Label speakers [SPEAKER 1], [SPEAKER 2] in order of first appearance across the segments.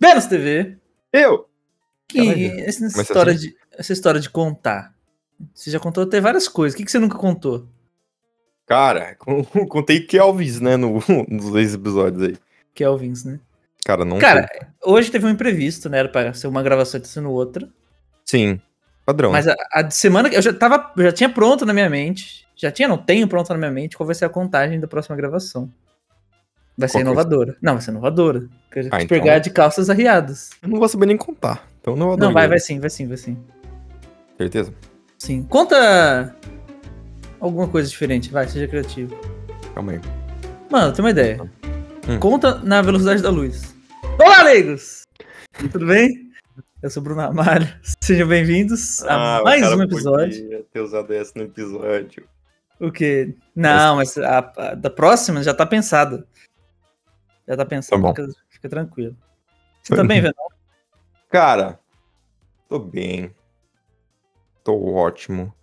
[SPEAKER 1] Vênus TV,
[SPEAKER 2] Eu!
[SPEAKER 1] que
[SPEAKER 2] Ela é
[SPEAKER 1] essa
[SPEAKER 2] Começa
[SPEAKER 1] história,
[SPEAKER 2] assim.
[SPEAKER 1] de, essa história de contar. Você já contou até várias coisas. O que, que você nunca contou?
[SPEAKER 2] Cara, con- contei Kelvis, né, no, nos dois episódios aí.
[SPEAKER 1] Kelvins, né?
[SPEAKER 2] Cara, não
[SPEAKER 1] Cara,
[SPEAKER 2] sei.
[SPEAKER 1] hoje teve um imprevisto, né? Era pra ser uma gravação e tá sendo outra.
[SPEAKER 2] Sim, padrão.
[SPEAKER 1] Mas a, a de semana que eu já tava, eu já tinha pronto na minha mente. Já tinha, não tenho pronto na minha mente qual vai ser a contagem da próxima gravação. Vai ser
[SPEAKER 2] Qual que vai ser?
[SPEAKER 1] inovadora. Não, vai ser inovadora. Porque eu já
[SPEAKER 2] Ah,
[SPEAKER 1] te
[SPEAKER 2] então-
[SPEAKER 1] pegar de calças arriadas.
[SPEAKER 2] Eu não vou saber nem contar. Então não vou
[SPEAKER 1] Não,
[SPEAKER 2] dar
[SPEAKER 1] vai, vai
[SPEAKER 2] ideia.
[SPEAKER 1] sim, vai sim, vai sim.
[SPEAKER 2] Certeza?
[SPEAKER 1] Sim. Conta alguma coisa diferente, vai, seja criativo.
[SPEAKER 2] Calma aí.
[SPEAKER 1] Mano, tem uma ideia.
[SPEAKER 2] Hum.
[SPEAKER 1] Conta na velocidade da luz. Olá, amigos! Tudo bem? Eu sou o Bruno Amalho. Sejam bem-vindos
[SPEAKER 2] Ah,
[SPEAKER 1] a mais um episódio.
[SPEAKER 2] ter usado essa no episódio.
[SPEAKER 1] O quê? Não, mas a, a da próxima já tá pensada. Já tá pensada,
[SPEAKER 2] bom.
[SPEAKER 1] fica, fica tranquilo. Você tá bem, Venom?
[SPEAKER 2] Cara, tô bem. Tô ótimo.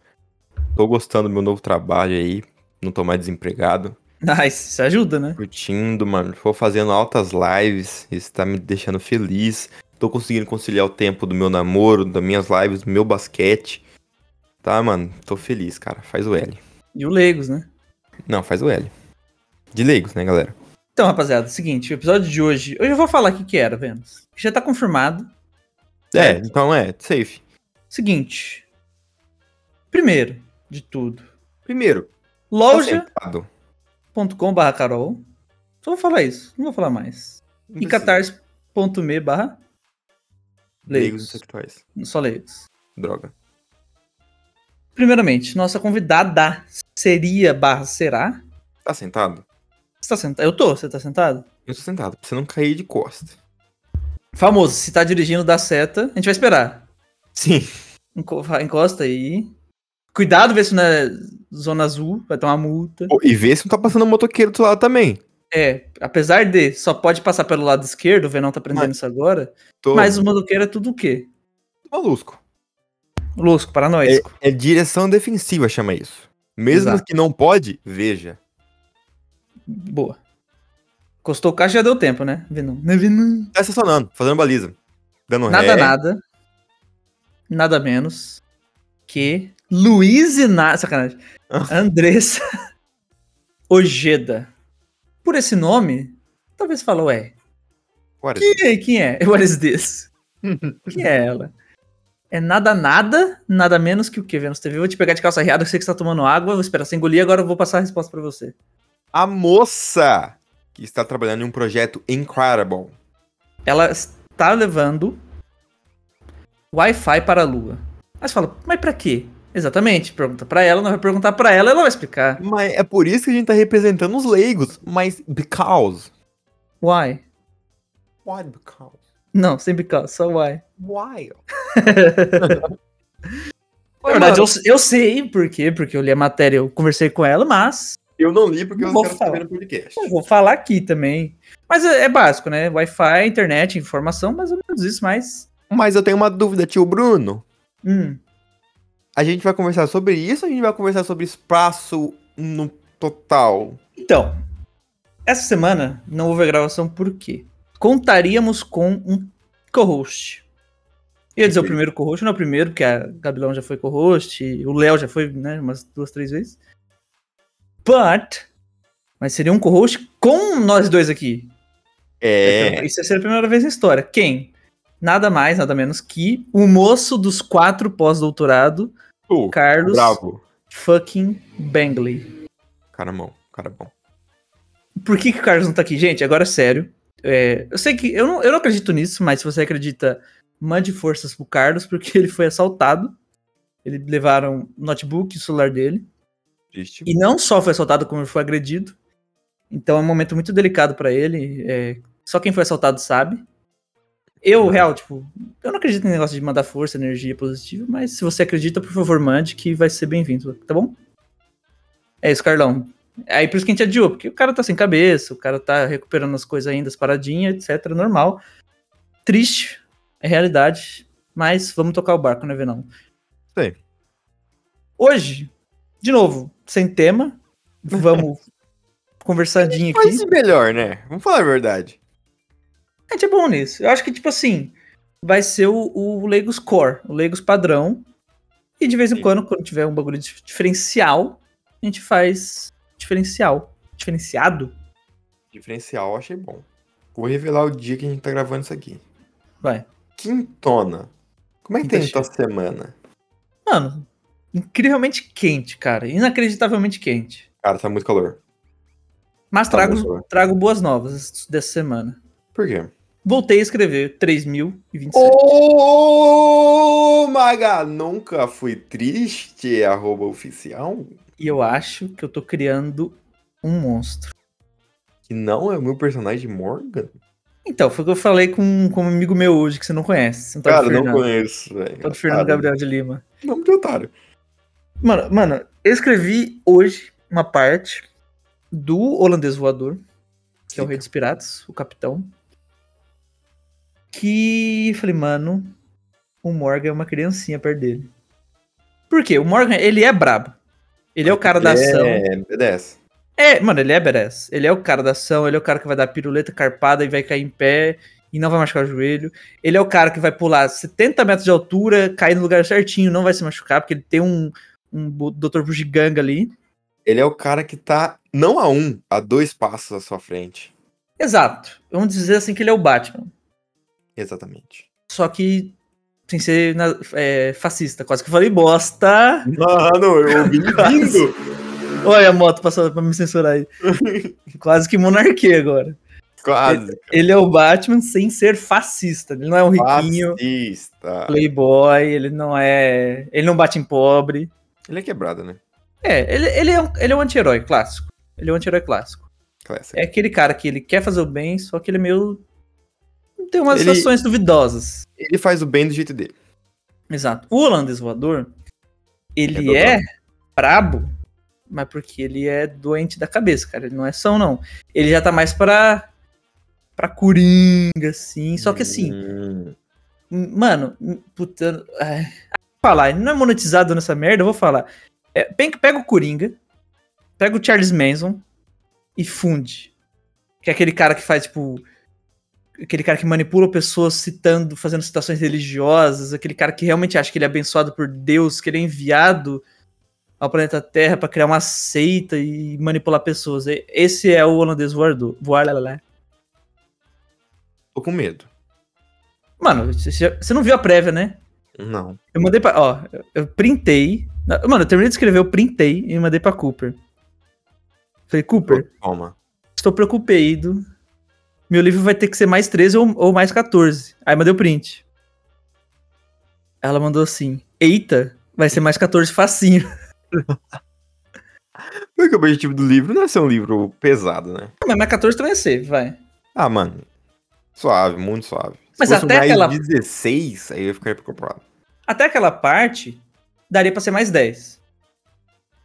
[SPEAKER 2] Tô gostando do meu novo trabalho aí. Não tô mais desempregado.
[SPEAKER 1] Nice, isso ajuda, né?
[SPEAKER 2] Curtindo, mano. Tô fazendo altas lives. Isso tá me deixando feliz. Tô conseguindo conciliar o tempo do meu namoro, das minhas lives, do meu basquete. Tá, mano? Tô feliz, cara. Faz o L.
[SPEAKER 1] E o Legos, né?
[SPEAKER 2] Não, faz o L. De leigos, né, galera?
[SPEAKER 1] Então, rapaziada, seguinte, o episódio de hoje. Hoje eu vou falar o que, que era, Vênus. Já tá confirmado.
[SPEAKER 2] É, então é, safe.
[SPEAKER 1] Seguinte. Primeiro de tudo,
[SPEAKER 2] Primeiro, tá
[SPEAKER 1] loja.
[SPEAKER 2] sentado.
[SPEAKER 1] patreon.com barra carol. Só vou falar isso, não vou falar mais.
[SPEAKER 2] Não
[SPEAKER 1] E
[SPEAKER 2] precisa.
[SPEAKER 1] catarse.me barra
[SPEAKER 2] Leigos
[SPEAKER 1] leigos,
[SPEAKER 2] homossexuais.
[SPEAKER 1] só leigos.
[SPEAKER 2] Droga.
[SPEAKER 1] Primeiramente, nossa convidada seria barra será.
[SPEAKER 2] Tá sentado?
[SPEAKER 1] Você tá sentado? Eu tô, você tá sentado?
[SPEAKER 2] Eu tô sentado, pra você não cair de costa.
[SPEAKER 1] Famoso, se tá dirigindo da seta, a gente vai esperar.
[SPEAKER 2] Sim.
[SPEAKER 1] Enco- vai, Encosta aí. Cuidado, ver se não é zona azul, vai tomar multa.
[SPEAKER 2] Pô, E vê se não tá passando um motoqueiro do outro lado também.
[SPEAKER 1] É, apesar de só pode passar pelo lado esquerdo, o Venão tá aprendendo isso agora.
[SPEAKER 2] Tô
[SPEAKER 1] Mas o motoqueiro é tudo o quê?
[SPEAKER 2] malusco.
[SPEAKER 1] Lusco, paranoico.
[SPEAKER 2] É direção defensiva, chama isso. Mesmo
[SPEAKER 1] Exato.
[SPEAKER 2] que não pode, veja.
[SPEAKER 1] Boa. Costou o caixa já deu tempo, né? Venom. Né, Venom?
[SPEAKER 2] Tá estacionando, fazendo baliza. Dando
[SPEAKER 1] Nada,
[SPEAKER 2] ré.
[SPEAKER 1] nada. Nada menos que Luiz Inácio. Sacanagem. Andressa Ojeda. Por esse nome, talvez fala, ué,
[SPEAKER 2] What is-
[SPEAKER 1] quem é? Quem é? What is this? quem é ela? É nada, nada, nada menos que o que, Vênus TV? Eu vou te pegar de calça riada, eu sei que você tá tomando água, eu vou esperar você engolir, agora eu vou passar a resposta pra você.
[SPEAKER 2] A moça que está trabalhando em um projeto incredible.
[SPEAKER 1] ela está levando Wi-Fi para a Lua. Aí você fala, mas para quê? Exatamente, pergunta para ela, não vai perguntar para ela, ela vai explicar.
[SPEAKER 2] Mas é por isso que a gente tá representando os leigos. Mas because.
[SPEAKER 1] Why?
[SPEAKER 2] Why because?
[SPEAKER 1] Não, sem bicar, só why.
[SPEAKER 2] Why?
[SPEAKER 1] Na verdade, eu, eu sei por quê, porque eu li a matéria, eu conversei com ela, mas
[SPEAKER 2] eu não li porque
[SPEAKER 1] Não
[SPEAKER 2] eu
[SPEAKER 1] vou
[SPEAKER 2] não quero
[SPEAKER 1] falar.
[SPEAKER 2] saber no podcast.
[SPEAKER 1] eu vou falar aqui também. Mas é, é básico, né? Wi-Fi, internet, informação, mais ou menos isso, mas...
[SPEAKER 2] Mas eu tenho uma dúvida, tio Bruno.
[SPEAKER 1] Hum,
[SPEAKER 2] A gente vai conversar sobre isso ou a gente vai conversar sobre espaço no total?
[SPEAKER 1] Então, essa semana não houve a gravação porque contaríamos com um co-host. Eu Ia dizer o
[SPEAKER 2] Ok.
[SPEAKER 1] primeiro co-host, não é o primeiro, porque a Gabilão já foi co-host, o Léo já foi, né, umas duas, três vezes. But, mas seria um co-host com nós dois aqui. Então,
[SPEAKER 2] É.
[SPEAKER 1] Isso seria a primeira vez na história. Quem? Nada mais, nada menos que o moço dos quatro pós-doutorado,
[SPEAKER 2] Tu,
[SPEAKER 1] Carlos
[SPEAKER 2] bravo.
[SPEAKER 1] fucking Bangley.
[SPEAKER 2] Cara bom, cara bom.
[SPEAKER 1] Por que, que o Carlos não tá aqui? Gente, agora é sério. É, eu sei que. Eu não, eu não acredito nisso, mas se você acredita, mande forças pro Carlos, porque ele foi assaltado. Ele levaram o notebook e o celular dele.
[SPEAKER 2] Triste.
[SPEAKER 1] E não só foi assaltado, como ele foi agredido. Então é um momento muito delicado pra ele. é, só quem foi assaltado sabe. Eu, real, tipo, eu não acredito em negócio de mandar força, energia positiva, mas se você acredita, por favor, mande que vai ser bem-vindo, tá bom? É isso, Carlão. Aí por isso que a gente adiou, porque o cara tá sem cabeça, o cara tá recuperando as coisas ainda, as paradinhas, etc. Normal. Triste, é realidade, mas vamos tocar o barco, né, Venão?
[SPEAKER 2] Sim.
[SPEAKER 1] Hoje, de novo, sem tema, vamos conversadinho aqui.
[SPEAKER 2] Mas e melhor, né? Vamos falar a verdade.
[SPEAKER 1] A realmente é bom nisso. Eu acho que, tipo assim, vai ser o, o Legos Core, o Legos padrão. E de vez em
[SPEAKER 2] Sim.
[SPEAKER 1] quando, quando tiver um bagulho dif- diferencial, a gente faz diferencial. Diferenciado?
[SPEAKER 2] Diferencial, eu achei bom. Vou revelar o dia que a gente tá gravando isso aqui.
[SPEAKER 1] Vai.
[SPEAKER 2] Quintona. Como é que tem
[SPEAKER 1] Quinta
[SPEAKER 2] tua semana?
[SPEAKER 1] Mano, incrivelmente quente, cara. Inacreditavelmente quente.
[SPEAKER 2] Cara, tá muito calor.
[SPEAKER 1] Mas
[SPEAKER 2] Tá
[SPEAKER 1] trago,
[SPEAKER 2] bom, tá bom.
[SPEAKER 1] trago boas novas dessa semana.
[SPEAKER 2] Por quê?
[SPEAKER 1] Voltei a escrever 3.027.
[SPEAKER 2] Oh. Ô, Maga, nunca fui triste, arroba oficial.
[SPEAKER 1] E eu acho que eu tô criando um monstro.
[SPEAKER 2] Que não é o meu personagem Morgan?
[SPEAKER 1] Então, foi o que eu falei com, com um amigo meu hoje que você não conhece. Um tal de
[SPEAKER 2] Cara, não
[SPEAKER 1] Fernando.
[SPEAKER 2] conheço, velho.
[SPEAKER 1] Tal de Fernando
[SPEAKER 2] Otário.
[SPEAKER 1] Gabriel de Lima.
[SPEAKER 2] Nome de otário.
[SPEAKER 1] Mano, mano, eu escrevi hoje uma parte do Holandês Voador, que é o Rei dos Piratas, o capitão. Que eu falei, mano, o Morgan é uma criancinha perto dele. Por quê? O Morgan, ele é brabo. Ele é o cara da ação.
[SPEAKER 2] É, obedece.
[SPEAKER 1] É, mano, ele é badass. Ele é o cara da ação, ele é o cara que vai dar piruleta carpada e vai cair em pé e não vai machucar o joelho. Ele é o cara que vai pular 70 metros de altura, cair no lugar certinho, não vai se machucar, porque ele tem um, um bu- Dr. Bugiganga ali.
[SPEAKER 2] Ele é o cara que tá não a um, a dois passos à sua frente.
[SPEAKER 1] Exato. Vamos dizer assim que ele é o Batman.
[SPEAKER 2] Exatamente.
[SPEAKER 1] Só que sem ser na- é, fascista, quase que eu falei bosta.
[SPEAKER 2] Mano, eu ouvi
[SPEAKER 1] lindo. Olha a moto passando pra me censurar aí. quase que monarquia agora.
[SPEAKER 2] Quase.
[SPEAKER 1] Ele é o Batman sem ser fascista. Ele não é um riquinho.
[SPEAKER 2] Fascista.
[SPEAKER 1] playboy, ele não é. Ele não bate em pobre.
[SPEAKER 2] Ele é quebrado, né?
[SPEAKER 1] É, ele, ele é um, ele é um anti-herói clássico. Ele é um anti-herói clássico.
[SPEAKER 2] Classic.
[SPEAKER 1] É aquele cara que ele quer fazer o bem, só que ele é meio. Tem umas
[SPEAKER 2] Ele-
[SPEAKER 1] ações duvidosas.
[SPEAKER 2] Ele faz o bem do jeito dele.
[SPEAKER 1] Exato. O holandês voador, ele
[SPEAKER 2] É
[SPEAKER 1] é, brabo, mas porque ele é doente da cabeça, cara. Ele não é são, não. Ele já tá mais pra. pra coringa, assim. Só que assim.
[SPEAKER 2] Hum.
[SPEAKER 1] Mano, puta. ai, vou falar, não é monetizado nessa merda, eu vou falar. É, pe- pega o Coringa, pega o Charles Manson e funde. Que é aquele cara que faz, tipo. Aquele cara que manipula pessoas citando, fazendo citações religiosas, aquele cara que realmente acha que ele é abençoado por Deus, que ele é enviado ao planeta Terra pra criar uma seita e manipular pessoas. E- Esse é o holandês voador. Voar, lá, lá, lá.
[SPEAKER 2] Tô com medo.
[SPEAKER 1] Mano, você já- você não viu a prévia, né?
[SPEAKER 2] Não.
[SPEAKER 1] Eu mandei pra. Ó, eu- eu printei. Na- Mano, eu terminei de escrever, eu printei e mandei pra Cooper. Falei, Cooper,
[SPEAKER 2] Toma.
[SPEAKER 1] estou preocupado. Meu livro vai ter que ser mais 13 ou, ou mais 14. Aí mandei o print. Ela mandou assim: Eita, vai ser mais 14 facinho.
[SPEAKER 2] Porque o objetivo do livro não é ser um livro pesado, né?
[SPEAKER 1] Mas mais 14 também é ser, vai.
[SPEAKER 2] Ah, mano. Suave, muito suave. Se
[SPEAKER 1] Mas
[SPEAKER 2] fosse um
[SPEAKER 1] até
[SPEAKER 2] mais
[SPEAKER 1] aquela-
[SPEAKER 2] 16, aí eu ficaria preocupado.
[SPEAKER 1] Até aquela parte, daria pra ser mais 10.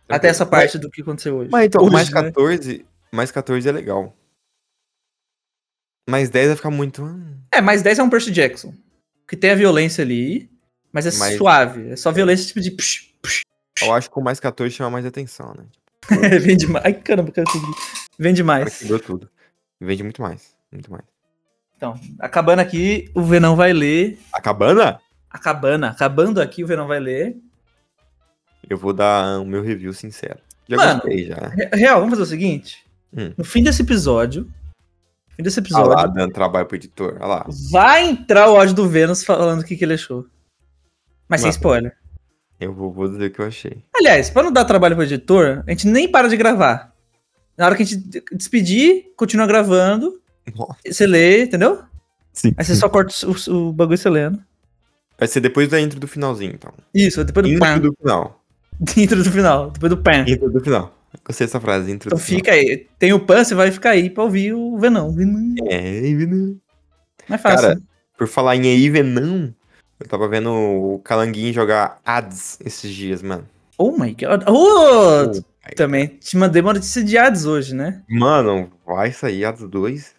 [SPEAKER 1] Até essa parte do que aconteceu hoje.
[SPEAKER 2] Mas, mas então,
[SPEAKER 1] Hoje,
[SPEAKER 2] mais
[SPEAKER 1] né?
[SPEAKER 2] 14, mais 14 é legal. Mais 10 vai ficar muito. hum,
[SPEAKER 1] É, mais 10 é um Percy Jackson. Que tem a violência ali, mas é
[SPEAKER 2] Mas-
[SPEAKER 1] suave. É só violência tipo de. Psh, psh.
[SPEAKER 2] Eu acho que o mais 14 chama mais atenção, né?
[SPEAKER 1] É, vende mais. Ai, caramba, cara, consegui. Vende
[SPEAKER 2] Cara,
[SPEAKER 1] mais.
[SPEAKER 2] quebrou tudo. Vende muito mais. Muito mais.
[SPEAKER 1] Então, acabando aqui, o Venão vai ler.
[SPEAKER 2] A cabana?
[SPEAKER 1] Acabando, acabando aqui, o Venão vai ler.
[SPEAKER 2] Eu vou dar hum, o meu review sincero. Já
[SPEAKER 1] Mano,
[SPEAKER 2] gostei, já.
[SPEAKER 1] Re- Real, vamos fazer o seguinte?
[SPEAKER 2] Hum.
[SPEAKER 1] No fim desse episódio. no Fim desse
[SPEAKER 2] Olha lá,
[SPEAKER 1] episódio.
[SPEAKER 2] dando trabalho pro editor. Olha lá.
[SPEAKER 1] vai entrar o áudio do Vênus falando o que, que ele achou. Mas sem
[SPEAKER 2] Mano.
[SPEAKER 1] spoiler.
[SPEAKER 2] Eu vou, vou dizer o que eu achei.
[SPEAKER 1] Aliás, pra não dar trabalho pro editor, a gente nem para de gravar. Na hora que a gente de- despedir, continua gravando.
[SPEAKER 2] Nossa.
[SPEAKER 1] Você lê, entendeu?
[SPEAKER 2] Sim.
[SPEAKER 1] Aí você só corta o, o bagulho e você lendo.
[SPEAKER 2] Vai ser depois da intro do finalzinho, então.
[SPEAKER 1] Isso, depois do pan.
[SPEAKER 2] Intro do final.
[SPEAKER 1] Dentro do final, depois do pan.
[SPEAKER 2] Intro do final. Gostei dessa frase, intro
[SPEAKER 1] Então
[SPEAKER 2] do final.
[SPEAKER 1] fica aí. Tem o Pan, você vai ficar aí pra ouvir o Venão. Venão.
[SPEAKER 2] É, Ivenão.
[SPEAKER 1] Não é fácil.
[SPEAKER 2] Cara,
[SPEAKER 1] né?
[SPEAKER 2] Por falar em aí, Venão, eu tava vendo o Calanguinho jogar ads esses dias, mano.
[SPEAKER 1] Oh my god. Oh!
[SPEAKER 2] Oh,
[SPEAKER 1] Também te mandei uma notícia de ads hoje, né?
[SPEAKER 2] Mano, vai sair ads 2?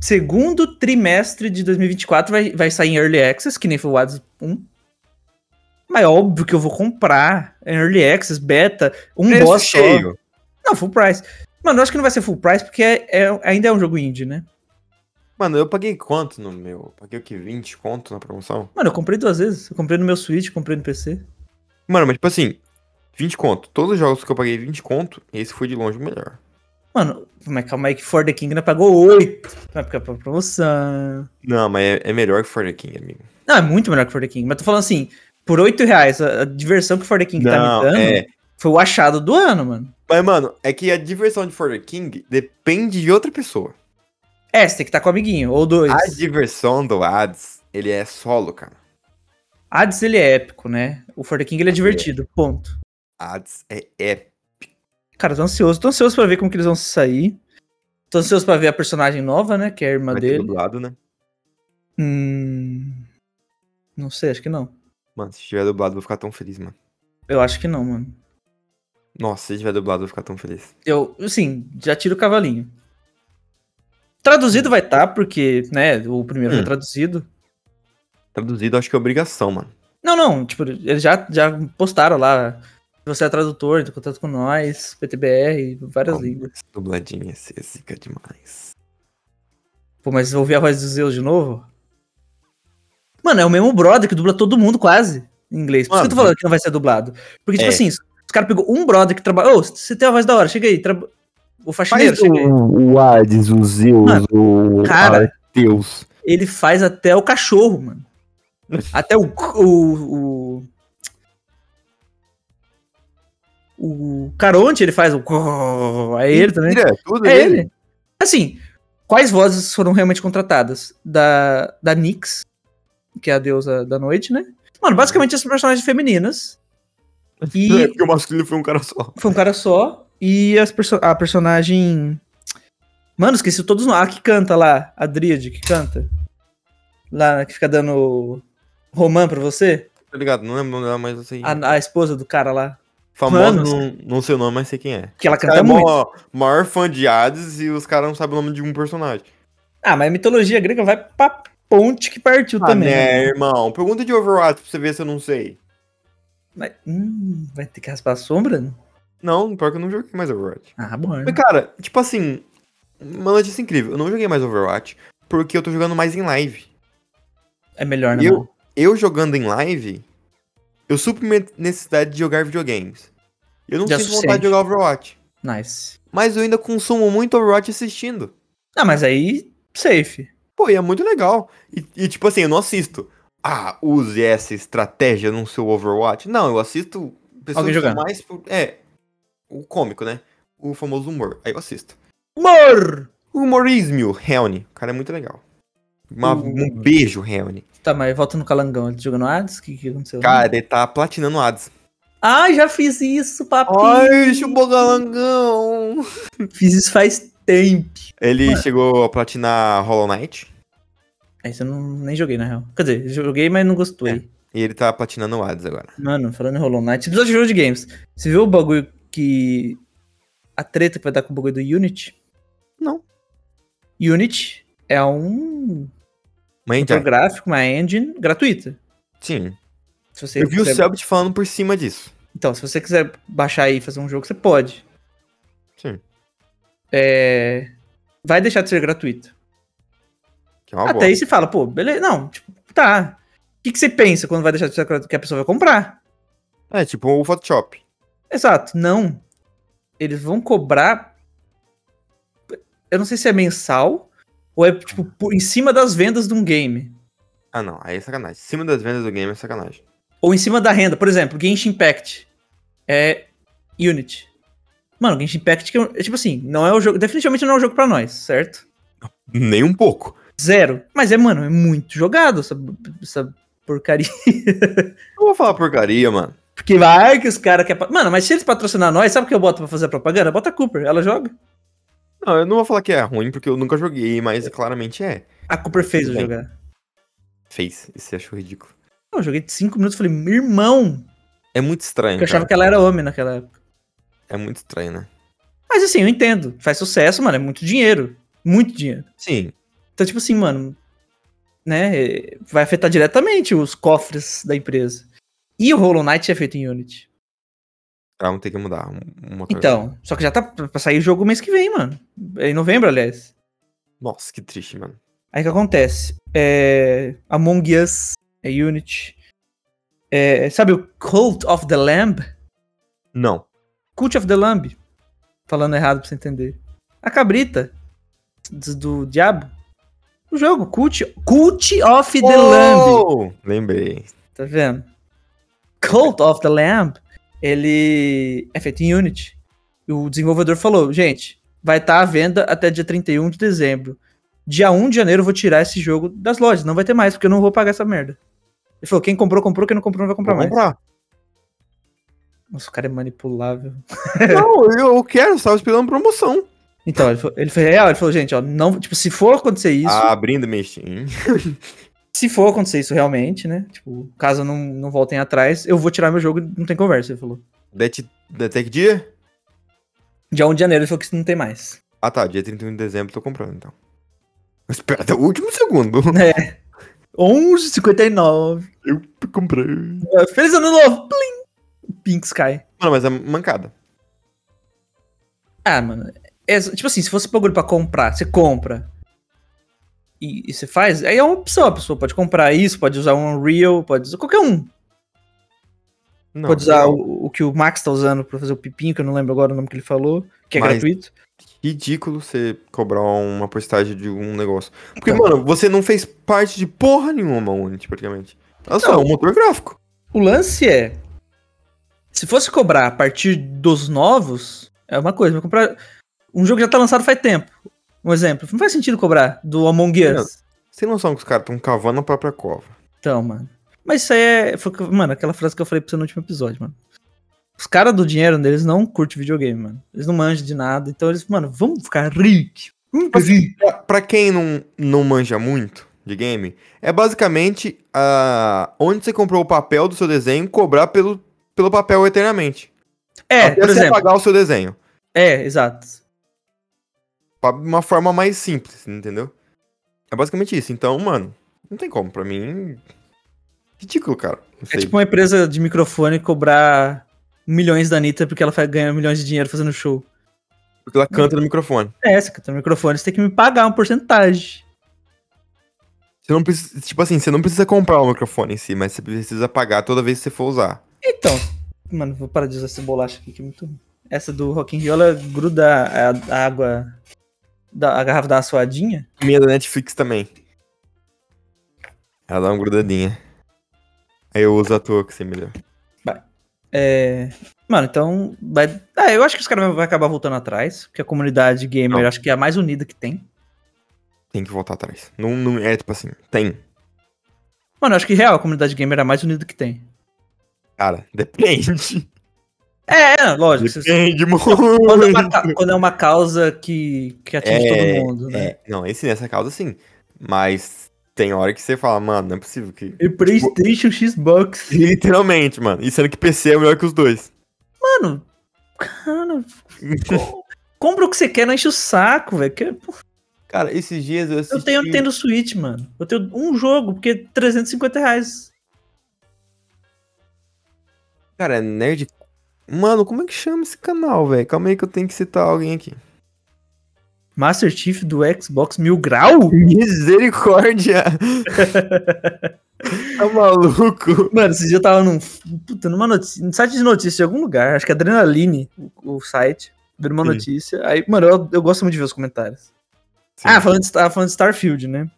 [SPEAKER 1] Segundo trimestre de 2024 vai, vai sair em Early Access, que nem foi o ads 1. Mas é óbvio que eu vou comprar em Early Access, beta, um
[SPEAKER 2] Preço
[SPEAKER 1] boss só. Não, full price. Mano, eu acho que não vai ser full price porque é- é- ainda é um jogo indie, né?
[SPEAKER 2] Mano, eu paguei quanto no meu? Paguei o que? 20 conto na promoção?
[SPEAKER 1] Mano, eu comprei duas vezes. Eu comprei no meu Switch, comprei no PC.
[SPEAKER 2] Mano, mas tipo assim, 20 conto. Todos os jogos que eu paguei 20 conto, esse foi de longe o melhor.
[SPEAKER 1] Mano, mas calma aí que For the King ainda pagou 8 na época pra promoção.
[SPEAKER 2] Não, mas é, é melhor que For the King, amigo.
[SPEAKER 1] Não, é muito melhor que For the King. Mas tô falando assim, por 8 reais, a, a diversão que For the King tá
[SPEAKER 2] Não,
[SPEAKER 1] me dando
[SPEAKER 2] é.
[SPEAKER 1] foi o achado do ano, mano.
[SPEAKER 2] Mas, mano, é que a diversão de For the King depende de outra pessoa.
[SPEAKER 1] É, você tem que estar com o amiguinho, ou dois.
[SPEAKER 2] A diversão do Hades, ele é solo, cara.
[SPEAKER 1] Hades, ele é épico, né? O For the King, ele é divertido, ponto.
[SPEAKER 2] Hades é épico.
[SPEAKER 1] Cara, tô ansioso. Tô ansioso pra ver como que eles vão se sair. Tô ansioso pra ver a personagem nova, né? Que é a irmã
[SPEAKER 2] Vai ter
[SPEAKER 1] dele.
[SPEAKER 2] dublado, né?
[SPEAKER 1] Hum... Não sei, acho que não.
[SPEAKER 2] Mano, se tiver dublado, eu vou ficar tão feliz, mano.
[SPEAKER 1] Eu acho que não, mano.
[SPEAKER 2] Nossa, se tiver dublado, eu vou ficar tão feliz.
[SPEAKER 1] Eu, assim, já tiro o cavalinho. Traduzido vai estar, porque, né, o primeiro
[SPEAKER 2] Hum.
[SPEAKER 1] foi traduzido.
[SPEAKER 2] Traduzido, acho que é obrigação, mano.
[SPEAKER 1] Não, não, tipo, eles já, já postaram lá. Você é tradutor, entra em contato com nós, PTBR, várias
[SPEAKER 2] Como
[SPEAKER 1] línguas.
[SPEAKER 2] esse Dubladinho, esse é zica demais.
[SPEAKER 1] Pô, mas ouvir a voz do Zeus de novo? Mano, é o mesmo brother que dubla todo mundo quase em inglês. Por isso que eu tô
[SPEAKER 2] Mano.
[SPEAKER 1] falando que não vai ser dublado. Porque, tipo
[SPEAKER 2] É.
[SPEAKER 1] assim, os caras pegou um brother que trabalha. Ô, você tem uma voz da hora, chega aí. Tra... O faxineiro,
[SPEAKER 2] Faz
[SPEAKER 1] chega aí.
[SPEAKER 2] o, o Hades, o Zeus,
[SPEAKER 1] Mano,
[SPEAKER 2] o
[SPEAKER 1] cara.
[SPEAKER 2] Arteus.
[SPEAKER 1] Ele faz até o cachorro, mano. Até o. O. O, o Caronte, ele faz o. Aí é ele também.
[SPEAKER 2] Mentira, tudo
[SPEAKER 1] É ele. Assim, quais vozes foram realmente contratadas? Da, da Nyx, que é a deusa da noite, né? Mano, basicamente as personagens femininas.
[SPEAKER 2] É,
[SPEAKER 1] E
[SPEAKER 2] porque o masculino foi um cara só.
[SPEAKER 1] foi um cara só. E as perso a personagem. Mano, esqueci todos os nomes. A que canta lá, a Dríade, que canta. Lá, né, que fica dando romã pra você.
[SPEAKER 2] Tá ligado? Não lembro o nome dela, mas eu sei.
[SPEAKER 1] A, a esposa do cara lá.
[SPEAKER 2] Famoso,
[SPEAKER 1] Thanos.
[SPEAKER 2] não, não sei o nome, mas sei quem é.
[SPEAKER 1] Que ela
[SPEAKER 2] Cara,
[SPEAKER 1] canta
[SPEAKER 2] é
[SPEAKER 1] muito.
[SPEAKER 2] mó, maior fã de Hades e os caras não sabem o nome de um personagem.
[SPEAKER 1] Ah, mas a mitologia grega vai pra ponte que partiu
[SPEAKER 2] Ah,
[SPEAKER 1] também.
[SPEAKER 2] né, irmão? Pergunta de Overwatch pra você ver se eu não sei.
[SPEAKER 1] Mas, hum, vai ter que raspar a sombra?
[SPEAKER 2] Não, pior que eu não joguei mais Overwatch.
[SPEAKER 1] Ah, bom.
[SPEAKER 2] Mas, cara, tipo assim, uma notícia incrível. Eu não joguei mais Overwatch porque eu tô jogando mais em live.
[SPEAKER 1] É melhor, né?
[SPEAKER 2] Eu-
[SPEAKER 1] mano?
[SPEAKER 2] Eu jogando em live, eu suplemento necessidade de jogar videogames. Eu não
[SPEAKER 1] Já é
[SPEAKER 2] sinto
[SPEAKER 1] suficiente.
[SPEAKER 2] vontade de jogar Overwatch.
[SPEAKER 1] Nice.
[SPEAKER 2] Mas eu ainda consumo muito Overwatch assistindo.
[SPEAKER 1] Ah, mas aí, safe.
[SPEAKER 2] Pô, e é muito legal. E, e, tipo assim, eu não assisto. Ah, use essa estratégia no seu Overwatch. Não, eu assisto pessoas
[SPEAKER 1] Alguém jogando.
[SPEAKER 2] mais. pro- É. O cômico, né? O famoso humor. Aí eu assisto.
[SPEAKER 1] Mor!
[SPEAKER 2] Humorismo, Reone. O cara é muito legal. Uma-
[SPEAKER 1] Hum.
[SPEAKER 2] um beijo, Reone.
[SPEAKER 1] Tá, mas volta no calangão. Ele jogou no Hades? O que, que aconteceu?
[SPEAKER 2] Cara, ele tá platinando Hades.
[SPEAKER 1] Ah, já fiz isso, papi.
[SPEAKER 2] Ai, chubogalangão!
[SPEAKER 1] Fiz isso faz tempo.
[SPEAKER 2] Ele chegou a platinar Hollow Knight.
[SPEAKER 1] Aí eu não, nem joguei, na real. Quer dizer, joguei, mas não gostei.
[SPEAKER 2] E ele tá platinando Hades agora.
[SPEAKER 1] Mano, falando em Hollow Knight, episódio de jogo de games. Você viu o bagulho que... A treta que vai dar com o bagulho do Unity?
[SPEAKER 2] Não.
[SPEAKER 1] Unity é um
[SPEAKER 2] Mas,
[SPEAKER 1] motor
[SPEAKER 2] então,
[SPEAKER 1] gráfico, uma engine gratuita.
[SPEAKER 2] sim.
[SPEAKER 1] Se você
[SPEAKER 2] Eu vi o
[SPEAKER 1] quiser-
[SPEAKER 2] Selbit falando por cima disso.
[SPEAKER 1] Então, se você quiser baixar aí e fazer um jogo, você pode.
[SPEAKER 2] Sim.
[SPEAKER 1] É, Vai deixar de ser gratuito.
[SPEAKER 2] Que é uma
[SPEAKER 1] Até
[SPEAKER 2] boa.
[SPEAKER 1] aí você fala, pô, beleza. Não, tipo, tá. O que, que você pensa quando vai deixar de ser gratuito? Que a pessoa vai comprar.
[SPEAKER 2] É, tipo o Photoshop.
[SPEAKER 1] Exato. Não. Eles vão cobrar. Eu não sei se é mensal ou é, tipo, por- em cima das vendas de um game.
[SPEAKER 2] Ah, não. Aí é sacanagem. Cima das vendas do game é sacanagem.
[SPEAKER 1] Ou em cima da renda. Por exemplo, Genshin Impact é Unity. Mano, Genshin Impact, que é, um- é tipo assim, não é o jogo. Definitivamente não é um jogo pra nós, certo?
[SPEAKER 2] Nem um pouco.
[SPEAKER 1] Zero. Mas é, mano, é muito jogado essa, essa porcaria.
[SPEAKER 2] Eu vou falar porcaria, mano.
[SPEAKER 1] Porque vai que os caras querem. pa- Mano, mas se eles patrocinar nós, sabe o que eu boto pra fazer a propaganda? Bota a Cooper, ela joga.
[SPEAKER 2] Não, eu não vou falar que é ruim, porque eu nunca joguei, mas claramente é.
[SPEAKER 1] A Cooper fez eu
[SPEAKER 2] Tudo bem.
[SPEAKER 1] jogar.
[SPEAKER 2] Fez. Isso eu acho ridículo.
[SPEAKER 1] Eu joguei de 5 minutos e falei, meu irmão.
[SPEAKER 2] É muito estranho,
[SPEAKER 1] Porque eu
[SPEAKER 2] cara.
[SPEAKER 1] achava que ela era homem naquela época.
[SPEAKER 2] É muito estranho, né?
[SPEAKER 1] Mas assim, eu entendo. Faz sucesso, mano, é muito dinheiro. Muito dinheiro.
[SPEAKER 2] Sim.
[SPEAKER 1] Então, tipo assim, mano, né? eh, Vai afetar diretamente os cofres da empresa. E o Hollow Knight é feito em Unity.
[SPEAKER 2] Ah, vamos ter que mudar um, um motor.
[SPEAKER 1] Então, só que já tá pra pra sair o jogo mês que vem, mano. É Em novembro, aliás.
[SPEAKER 2] Nossa, que triste, mano.
[SPEAKER 1] Aí o que acontece? É, Among Us, é Unity. É, sabe o Cult of the Lamb?
[SPEAKER 2] Não.
[SPEAKER 1] Cult of the Lamb. Falando errado pra você entender. A cabrita do, do diabo. O jogo, Cult, Cult of the Lamb.
[SPEAKER 2] Oh! Lembrei.
[SPEAKER 1] Tá vendo? Cult of the Lamb, ele é feito em Unity. E o desenvolvedor falou, gente, vai estar à venda até dia 31 de dezembro. Dia 1 de janeiro eu vou tirar esse jogo das lojas, não vai ter mais, porque eu não vou pagar essa merda. Ele falou, quem comprou, comprou, quem não comprou, não vai comprar
[SPEAKER 2] Vou
[SPEAKER 1] mais.
[SPEAKER 2] comprar.
[SPEAKER 1] Nossa, o cara é manipulável.
[SPEAKER 2] Não, eu eu quero, eu estava esperando promoção.
[SPEAKER 1] Então, ele falou, ele foi real, ele falou, gente, ó, não, tipo, se for acontecer isso,
[SPEAKER 2] Ah, abrindo minha Steam.
[SPEAKER 1] se for acontecer isso realmente, né, tipo, caso não, não voltem atrás, eu vou tirar meu jogo, não tem conversa, ele falou.
[SPEAKER 2] Det- Até que dia?
[SPEAKER 1] Dia 1 de janeiro ele falou que isso não tem mais.
[SPEAKER 2] Ah tá, dia 31 de dezembro eu tô comprando então. Espera até o último segundo.
[SPEAKER 1] 11h59.
[SPEAKER 2] Comprei.
[SPEAKER 1] Feliz ano novo! Plim! Pinks cai.
[SPEAKER 2] Mano, mas é mancada.
[SPEAKER 1] Ah, mano. é só- tipo assim, se fosse bagulho pra comprar, você compra e, e você faz, aí é uma opção. A pessoa pode comprar isso, pode usar um Unreal, pode usar qualquer um.
[SPEAKER 2] Não, é
[SPEAKER 1] pode usar um.
[SPEAKER 2] não.
[SPEAKER 1] o, o que o Max tá usando pra fazer o pipinho, que eu não lembro agora o nome que ele falou, que é
[SPEAKER 2] Mas-
[SPEAKER 1] gratuito.
[SPEAKER 2] Ridículo você cobrar uma postagem de um negócio. Porque,
[SPEAKER 1] Tá.
[SPEAKER 2] mano, você não fez parte de porra nenhuma, Unity, praticamente. Olha só,
[SPEAKER 1] Não.
[SPEAKER 2] um motor gráfico.
[SPEAKER 1] O lance é. Se fosse cobrar a partir dos novos, é uma coisa, mas comprar. Um jogo que já tá lançado faz tempo. Um exemplo. Não faz sentido cobrar do Among Us.
[SPEAKER 2] Não. Sem noção que os caras estão cavando a própria cova.
[SPEAKER 1] Então, mano. Mas isso aí é. foi o que- mano, aquela frase que eu falei pra você no último episódio, mano. Os caras do dinheiro deles não curtem videogame, mano. Eles não manjam de nada. Então eles, mano, vamos ficar rico. Vamos
[SPEAKER 2] Tipo
[SPEAKER 1] ficar rico.
[SPEAKER 2] Pra, pra quem não, não manja muito de game, é basicamente a, onde você comprou o papel do seu desenho cobrar pelo, pelo papel eternamente.
[SPEAKER 1] É,
[SPEAKER 2] Até
[SPEAKER 1] por
[SPEAKER 2] você
[SPEAKER 1] exemplo.
[SPEAKER 2] apagar o seu desenho.
[SPEAKER 1] É, exato.
[SPEAKER 2] Pra- de uma forma mais simples, entendeu? É basicamente isso. Então, mano, não tem como. Pra mim. Ridículo, cara. Não
[SPEAKER 1] É
[SPEAKER 2] sei.
[SPEAKER 1] tipo uma empresa de microfone cobrar milhões da Anitta porque ela fa- ganha milhões de dinheiro fazendo show.
[SPEAKER 2] Porque ela canta no microfone.
[SPEAKER 1] É essa que tem microfone, você tem que me pagar uma porcentagem.
[SPEAKER 2] Você não precisa. Tipo assim, você não precisa comprar o microfone em si, mas você precisa pagar toda vez que você for usar.
[SPEAKER 1] Então, mano, vou parar de usar essa bolacha aqui que é muito ruim. Essa do Rock in Rio, ela gruda a, a água, da, a garrafa da suadinha.
[SPEAKER 2] Minha da Netflix também. Ela dá uma grudadinha. Aí eu uso a tua que você me deu.
[SPEAKER 1] É, Mano, então. Vai... Ah, eu acho que os caras vão acabar voltando atrás, porque a comunidade gamer
[SPEAKER 2] Não.
[SPEAKER 1] acho que é a mais unida que tem.
[SPEAKER 2] Tem que voltar atrás. Não, não é tipo assim. Tem.
[SPEAKER 1] Mano, eu acho que real, a comunidade gamer é a mais unida que tem.
[SPEAKER 2] Cara, depende.
[SPEAKER 1] É, é lógico. vocês-
[SPEAKER 2] Depende
[SPEAKER 1] Quando é, uma,
[SPEAKER 2] muito.
[SPEAKER 1] ca- quando é uma causa que, que atinge
[SPEAKER 2] É,
[SPEAKER 1] todo mundo, né?
[SPEAKER 2] É, não, esse nessa causa sim. Mas tem hora que você fala, mano, não é possível que.
[SPEAKER 1] E PlayStation Xbox.
[SPEAKER 2] Literalmente, mano. E sendo que PC é melhor que os dois.
[SPEAKER 1] Mano, cara, compra o que você quer, não enche o saco, velho. que-
[SPEAKER 2] Cara, esses dias eu assisti.
[SPEAKER 1] Eu tenho Nintendo Switch, mano. Eu tenho um jogo, porque é 350 reais.
[SPEAKER 2] Cara, é nerd. Mano, como é que chama esse canal, velho? Calma aí que eu tenho que citar alguém aqui.
[SPEAKER 1] Master Chief do Xbox Mil Grau?
[SPEAKER 2] Misericórdia! tá maluco?
[SPEAKER 1] Mano, esse dia eu tava num, puta, numa notícia, num site de notícias de algum lugar, acho que é Adrenaline, o, o site, vendo uma
[SPEAKER 2] Sim.
[SPEAKER 1] notícia. Aí, mano, eu, eu gosto muito de ver os comentários. Ah, falando de, tava falando de Starfield, né?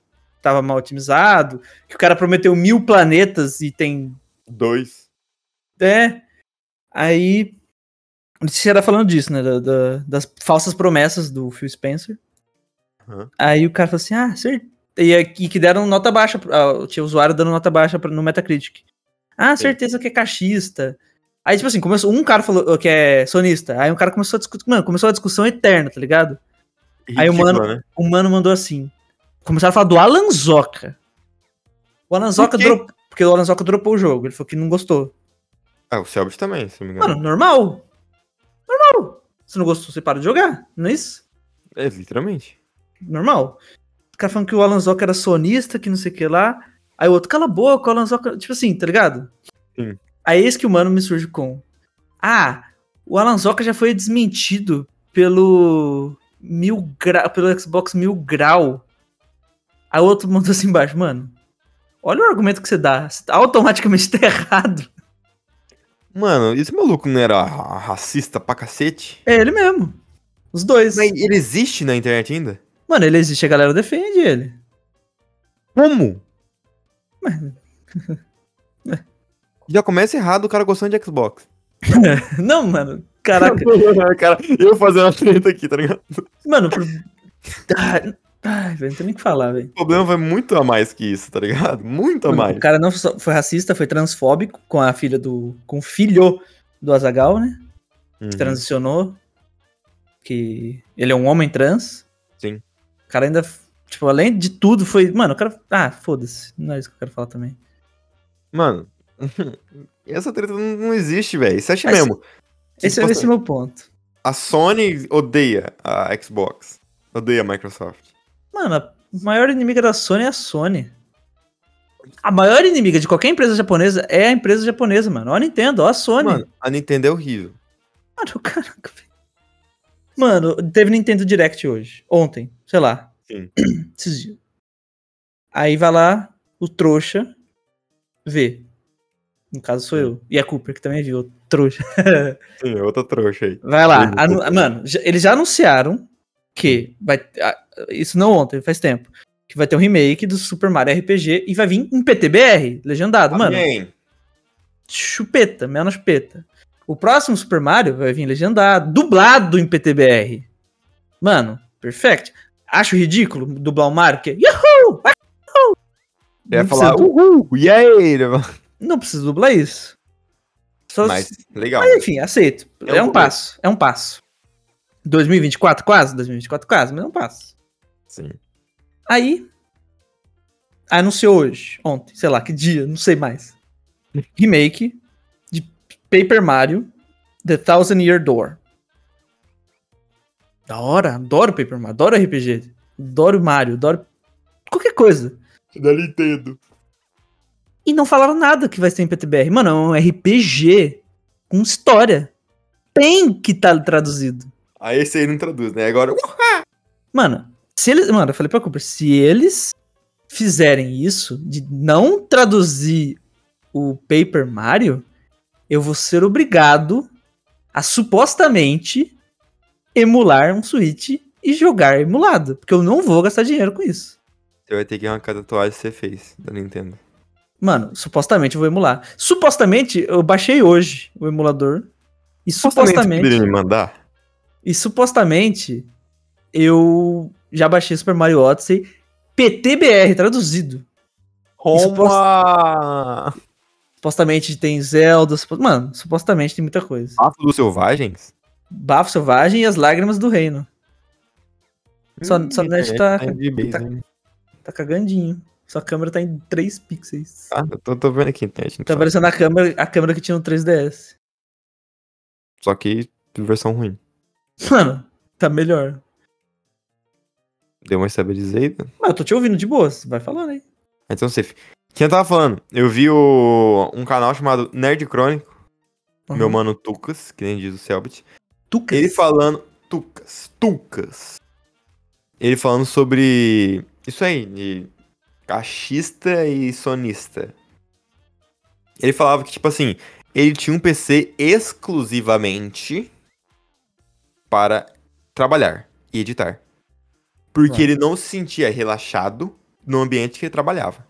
[SPEAKER 1] Tava mal otimizado, que o cara prometeu mil planetas e tem.
[SPEAKER 2] Dois.
[SPEAKER 1] É. Aí. A notícia era falando disso, né? da- da- das falsas promessas do Phil Spencer.
[SPEAKER 2] Aham.
[SPEAKER 1] Aí o cara falou assim: ah, certeza. E, aí- e que deram nota baixa, ah, tinha usuário dando nota baixa pra- no Metacritic. Ah,
[SPEAKER 2] Sim.
[SPEAKER 1] certeza que é cachista. Aí, tipo assim, começou, um cara falou que é sonista. Aí um cara começou a discutir. Mano, começou a discussão eterna, tá ligado? Aí o
[SPEAKER 2] Ridículo,
[SPEAKER 1] mano-
[SPEAKER 2] né?
[SPEAKER 1] O mano mandou assim. Começaram a falar do Alan Zoca. O Alan Zoca
[SPEAKER 2] quê?
[SPEAKER 1] dropou. Porque o Alan Zoca dropou o jogo. Ele falou que não gostou.
[SPEAKER 2] Ah, o Selbit também, se não me engano.
[SPEAKER 1] Mano, normal. Normal. Se não gostou, você para de jogar. Não é isso?
[SPEAKER 2] É, literalmente.
[SPEAKER 1] Normal. O cara falando que o Alan Zoca era sonista, que não sei o que lá. Aí o outro, cala a boca, o Alan Zoca. Tipo assim, tá ligado?
[SPEAKER 2] Sim.
[SPEAKER 1] Aí eis que o mano me surge com. Ah, o Alan Zoca já foi desmentido pelo. Mil grau. Pelo Xbox Mil Grau. Aí o outro mandou assim embaixo, mano, olha o argumento que você dá, você tá automaticamente tá errado.
[SPEAKER 2] Mano, esse maluco não era ra- racista pra cacete?
[SPEAKER 1] É ele mesmo. Os dois.
[SPEAKER 2] Mas ele existe na internet ainda?
[SPEAKER 1] Mano, ele existe, a galera defende ele.
[SPEAKER 2] Como?
[SPEAKER 1] Mano.
[SPEAKER 2] Já começa errado o cara gostando de Xbox.
[SPEAKER 1] Não, mano, caraca.
[SPEAKER 2] cara, eu fazendo uma treta aqui, tá ligado?
[SPEAKER 1] mano, por... Ah, Ai, velho, não tem nem o que falar, velho.
[SPEAKER 2] O problema foi muito a mais que isso, tá ligado? Muito a
[SPEAKER 1] Mano,
[SPEAKER 2] mais.
[SPEAKER 1] O cara não só foi racista, foi transfóbico com a filha do. com o filho do Azagal, né?
[SPEAKER 2] Uhum.
[SPEAKER 1] Que transicionou. Que ele é um homem trans.
[SPEAKER 2] Sim.
[SPEAKER 1] O cara ainda. Tipo, além de tudo, foi. Mano, o cara. Ah, foda-se. Não é isso que eu quero falar também.
[SPEAKER 2] Mano, essa treta não não existe, velho. Você acha
[SPEAKER 1] Mas-
[SPEAKER 2] mesmo?
[SPEAKER 1] Esse,
[SPEAKER 2] Tipo,
[SPEAKER 1] esse é o meu ponto.
[SPEAKER 2] A Sony odeia a Xbox. Odeia a Microsoft.
[SPEAKER 1] Mano, a maior inimiga da Sony é a Sony. A maior inimiga de qualquer empresa japonesa é a empresa japonesa, mano. Ó a Nintendo, ó a Sony.
[SPEAKER 2] Mano, a Nintendo é horrível.
[SPEAKER 1] Mano, caraca, velho. Mano, teve Nintendo Direct hoje. Ontem, sei lá.
[SPEAKER 2] Sim.
[SPEAKER 1] Esses dias. Aí vai lá, o trouxa vê. No caso sou eu. E a Cooper, que também viu, o trouxa.
[SPEAKER 2] Sim, é outra trouxa aí.
[SPEAKER 1] Vai lá.
[SPEAKER 2] Sim,
[SPEAKER 1] anu- mano, já- eles já anunciaram que vai. ah, Isso não ontem, faz tempo. Que vai ter um remake do Super Mario RPG e vai vir um PTBR, legendado, mano
[SPEAKER 2] Amém.
[SPEAKER 1] chupeta, menos chupeta. O próximo Super Mario vai vir legendado, dublado em PTBR. Mano, perfect. Acho ridículo dublar o Mario, porque... Yahoo! Ah, yahoo!
[SPEAKER 2] Ele
[SPEAKER 1] Não
[SPEAKER 2] ia falar, uh.
[SPEAKER 1] precisa du-
[SPEAKER 2] uhul, e aí? né, mano?
[SPEAKER 1] Não precisa dublar isso. Só
[SPEAKER 2] Mas,
[SPEAKER 1] se-
[SPEAKER 2] legal.
[SPEAKER 1] mas, enfim, aceito.
[SPEAKER 2] É um
[SPEAKER 1] É um
[SPEAKER 2] começo.
[SPEAKER 1] passo, é um passo. 2024 quase, 2024 quase, mas é um passo.
[SPEAKER 2] Sim.
[SPEAKER 1] Aí, anunciou hoje, ontem, sei lá, que dia, não sei mais. Remake de Paper Mario The Thousand Year Door. Da hora, adoro Paper Mario, adoro RPG, adoro Mario, adoro qualquer coisa.
[SPEAKER 2] Da Nintendo.
[SPEAKER 1] E não falaram nada que vai ser em PTBR. Mano, é um RPG com história. Tem que estar traduzido.
[SPEAKER 2] Aí esse aí não traduz, né? Agora, uh,
[SPEAKER 1] Mano, se eles. Mano, eu falei pra Cooper, se eles fizerem isso, de não traduzir o Paper Mario, eu vou ser obrigado a supostamente emular um Switch e jogar emulado. Porque eu não vou gastar dinheiro com isso.
[SPEAKER 2] você vai ter que arrancar a tatuagem que você fez da Nintendo.
[SPEAKER 1] Mano, supostamente eu vou emular. Supostamente, eu baixei hoje o emulador. E
[SPEAKER 2] Você
[SPEAKER 1] supostamente.
[SPEAKER 2] poderia me mandar?
[SPEAKER 1] E supostamente eu já baixei Super Mario Odyssey PTBR traduzido. Isso
[SPEAKER 2] Roma!
[SPEAKER 1] Supostamente tem Zelda, supo- mano, supostamente tem muita coisa.
[SPEAKER 2] Passo dos Selvagens?
[SPEAKER 1] Bafo Selvagem e as Lágrimas do Reino. Só- só
[SPEAKER 2] Hum,
[SPEAKER 1] net
[SPEAKER 2] é,
[SPEAKER 1] tá-
[SPEAKER 2] de base,
[SPEAKER 1] tá-
[SPEAKER 2] né?
[SPEAKER 1] Tá cagandinho. Sua câmera tá em 3 pixels.
[SPEAKER 2] Ah, eu tô, tô vendo aqui a internet. não
[SPEAKER 1] Tá
[SPEAKER 2] fala.
[SPEAKER 1] parecendo a câmera, a câmera que tinha no 3DS.
[SPEAKER 2] Só que versão ruim.
[SPEAKER 1] Mano, tá melhor.
[SPEAKER 2] Deu uma estabilizada.
[SPEAKER 1] Mas eu tô te ouvindo de boa, você vai falando aí.
[SPEAKER 2] Então, safe. Quem eu tava falando? Eu vi o- um canal chamado Nerd Crônico,
[SPEAKER 1] Uhum.
[SPEAKER 2] meu mano Tucas, que nem diz o Selbit.
[SPEAKER 1] Tuca.
[SPEAKER 2] Ele falando. Tucas, Tucas. Ele falando sobre. Isso aí, de cachista e sonista. Ele falava que, tipo assim, ele tinha um PC exclusivamente para trabalhar e editar. Porque
[SPEAKER 1] Ué.
[SPEAKER 2] ele não se sentia relaxado no ambiente que ele trabalhava.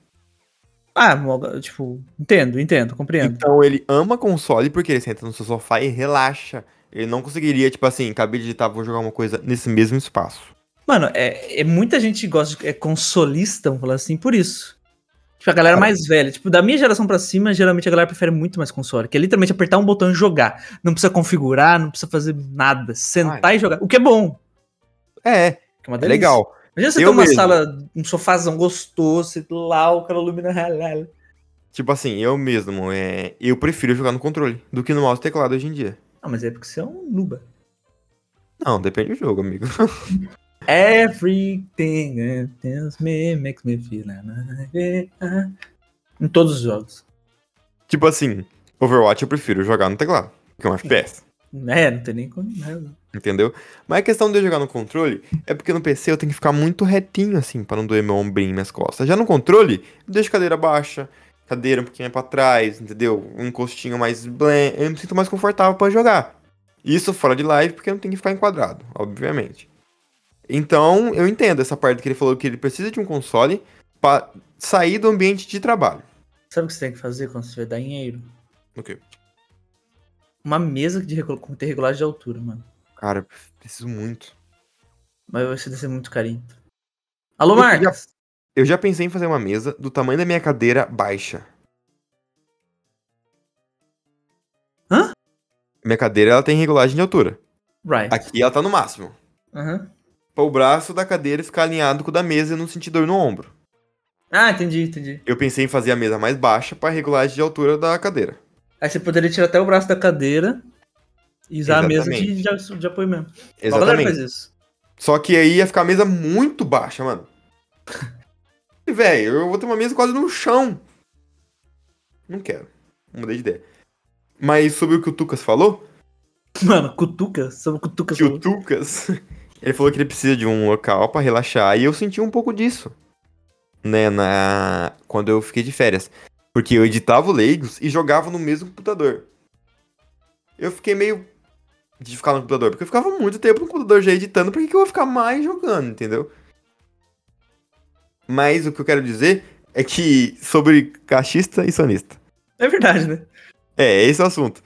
[SPEAKER 1] Ah, mo- tipo, entendo, entendo, compreendo.
[SPEAKER 2] Então ele ama console porque ele senta no seu sofá e relaxa. Ele não conseguiria, tipo assim, acabei de editar, vou jogar uma coisa nesse mesmo espaço.
[SPEAKER 1] Mano, é, é muita gente gosta de, é consolista, vamos falar assim, por isso. Tipo, a galera
[SPEAKER 2] Cara.
[SPEAKER 1] mais velha. Tipo, da minha geração pra cima, geralmente a galera prefere muito mais console. Que é literalmente apertar um botão e jogar. Não precisa configurar, não precisa fazer nada. Sentar e jogar. O que é bom.
[SPEAKER 2] É,
[SPEAKER 1] Que é uma
[SPEAKER 2] é
[SPEAKER 1] delícia.
[SPEAKER 2] legal.
[SPEAKER 1] Imagina você ter
[SPEAKER 2] Eu
[SPEAKER 1] uma
[SPEAKER 2] mesmo.
[SPEAKER 1] sala, um sofazão gostoso, você lá, o cara ilumina.
[SPEAKER 2] Tipo assim, eu mesmo, é, eu prefiro jogar no controle do que no mouse e teclado hoje em dia.
[SPEAKER 1] Não, mas é porque você é um nuba.
[SPEAKER 2] Não, depende do jogo, amigo.
[SPEAKER 1] Everything that tells me makes me feel like- Em todos os jogos.
[SPEAKER 2] tipo assim, Overwatch eu prefiro jogar no teclado, que é um FPS.
[SPEAKER 1] É, não tem nem como. né?
[SPEAKER 2] Entendeu? Mas a questão de eu jogar no controle é porque no PC eu tenho que ficar muito retinho, assim, pra não doer meu ombrinho, minhas costas. Já no controle, eu deixo cadeira baixa, cadeira um pouquinho pra trás, entendeu? Um encostinho mais blen, eu me sinto mais confortável pra jogar. Isso fora de live, porque eu não tenho que ficar enquadrado, obviamente. Então, eu entendo essa parte que ele falou que ele precisa de um console pra sair do ambiente de trabalho.
[SPEAKER 1] Sabe o que você tem que fazer quando você tiver dinheiro?
[SPEAKER 2] Ok.
[SPEAKER 1] Uma mesa de recol- com regulagem de altura, mano.
[SPEAKER 2] Cara, preciso muito.
[SPEAKER 1] Mas você deve ser muito carento. Alô,
[SPEAKER 2] Eu queria-
[SPEAKER 1] Marcos!
[SPEAKER 2] Eu já pensei em fazer uma mesa do tamanho da minha cadeira baixa.
[SPEAKER 1] Hã?
[SPEAKER 2] Minha cadeira ela tem regulagem de altura.
[SPEAKER 1] Right.
[SPEAKER 2] Aqui ela tá no máximo.
[SPEAKER 1] Aham.
[SPEAKER 2] Pra o braço da cadeira ficar alinhado com o da mesa e eu não sentir dor no ombro.
[SPEAKER 1] Ah, entendi, entendi.
[SPEAKER 2] Eu pensei em fazer a mesa mais baixa pra regulagem de altura da cadeira.
[SPEAKER 1] Aí você poderia tirar até o braço da cadeira e usar a mesa de,
[SPEAKER 2] Exatamente.
[SPEAKER 1] de- de apoio mesmo. A galera faz
[SPEAKER 2] Exatamente.
[SPEAKER 1] isso.
[SPEAKER 2] Só que aí ia ficar a mesa muito baixa, mano. Velho, eu vou ter uma mesa quase no chão. Não quero. Mudei de ideia. Mas sobre o que o Tucas falou,
[SPEAKER 1] Mano, cutuca. Sobre cutuca.
[SPEAKER 2] que o Tucas, ele falou que ele precisa de um local pra relaxar e eu senti um pouco disso, né, na quando eu fiquei de férias, porque eu editava o Legos e jogava no mesmo computador. Eu fiquei meio de ficar no computador, porque eu ficava muito tempo no computador já editando, por que que eu vou ficar mais jogando, entendeu? Mas o que eu quero dizer é que sobre cachista e sonista.
[SPEAKER 1] É verdade, né?
[SPEAKER 2] É, esse é o assunto.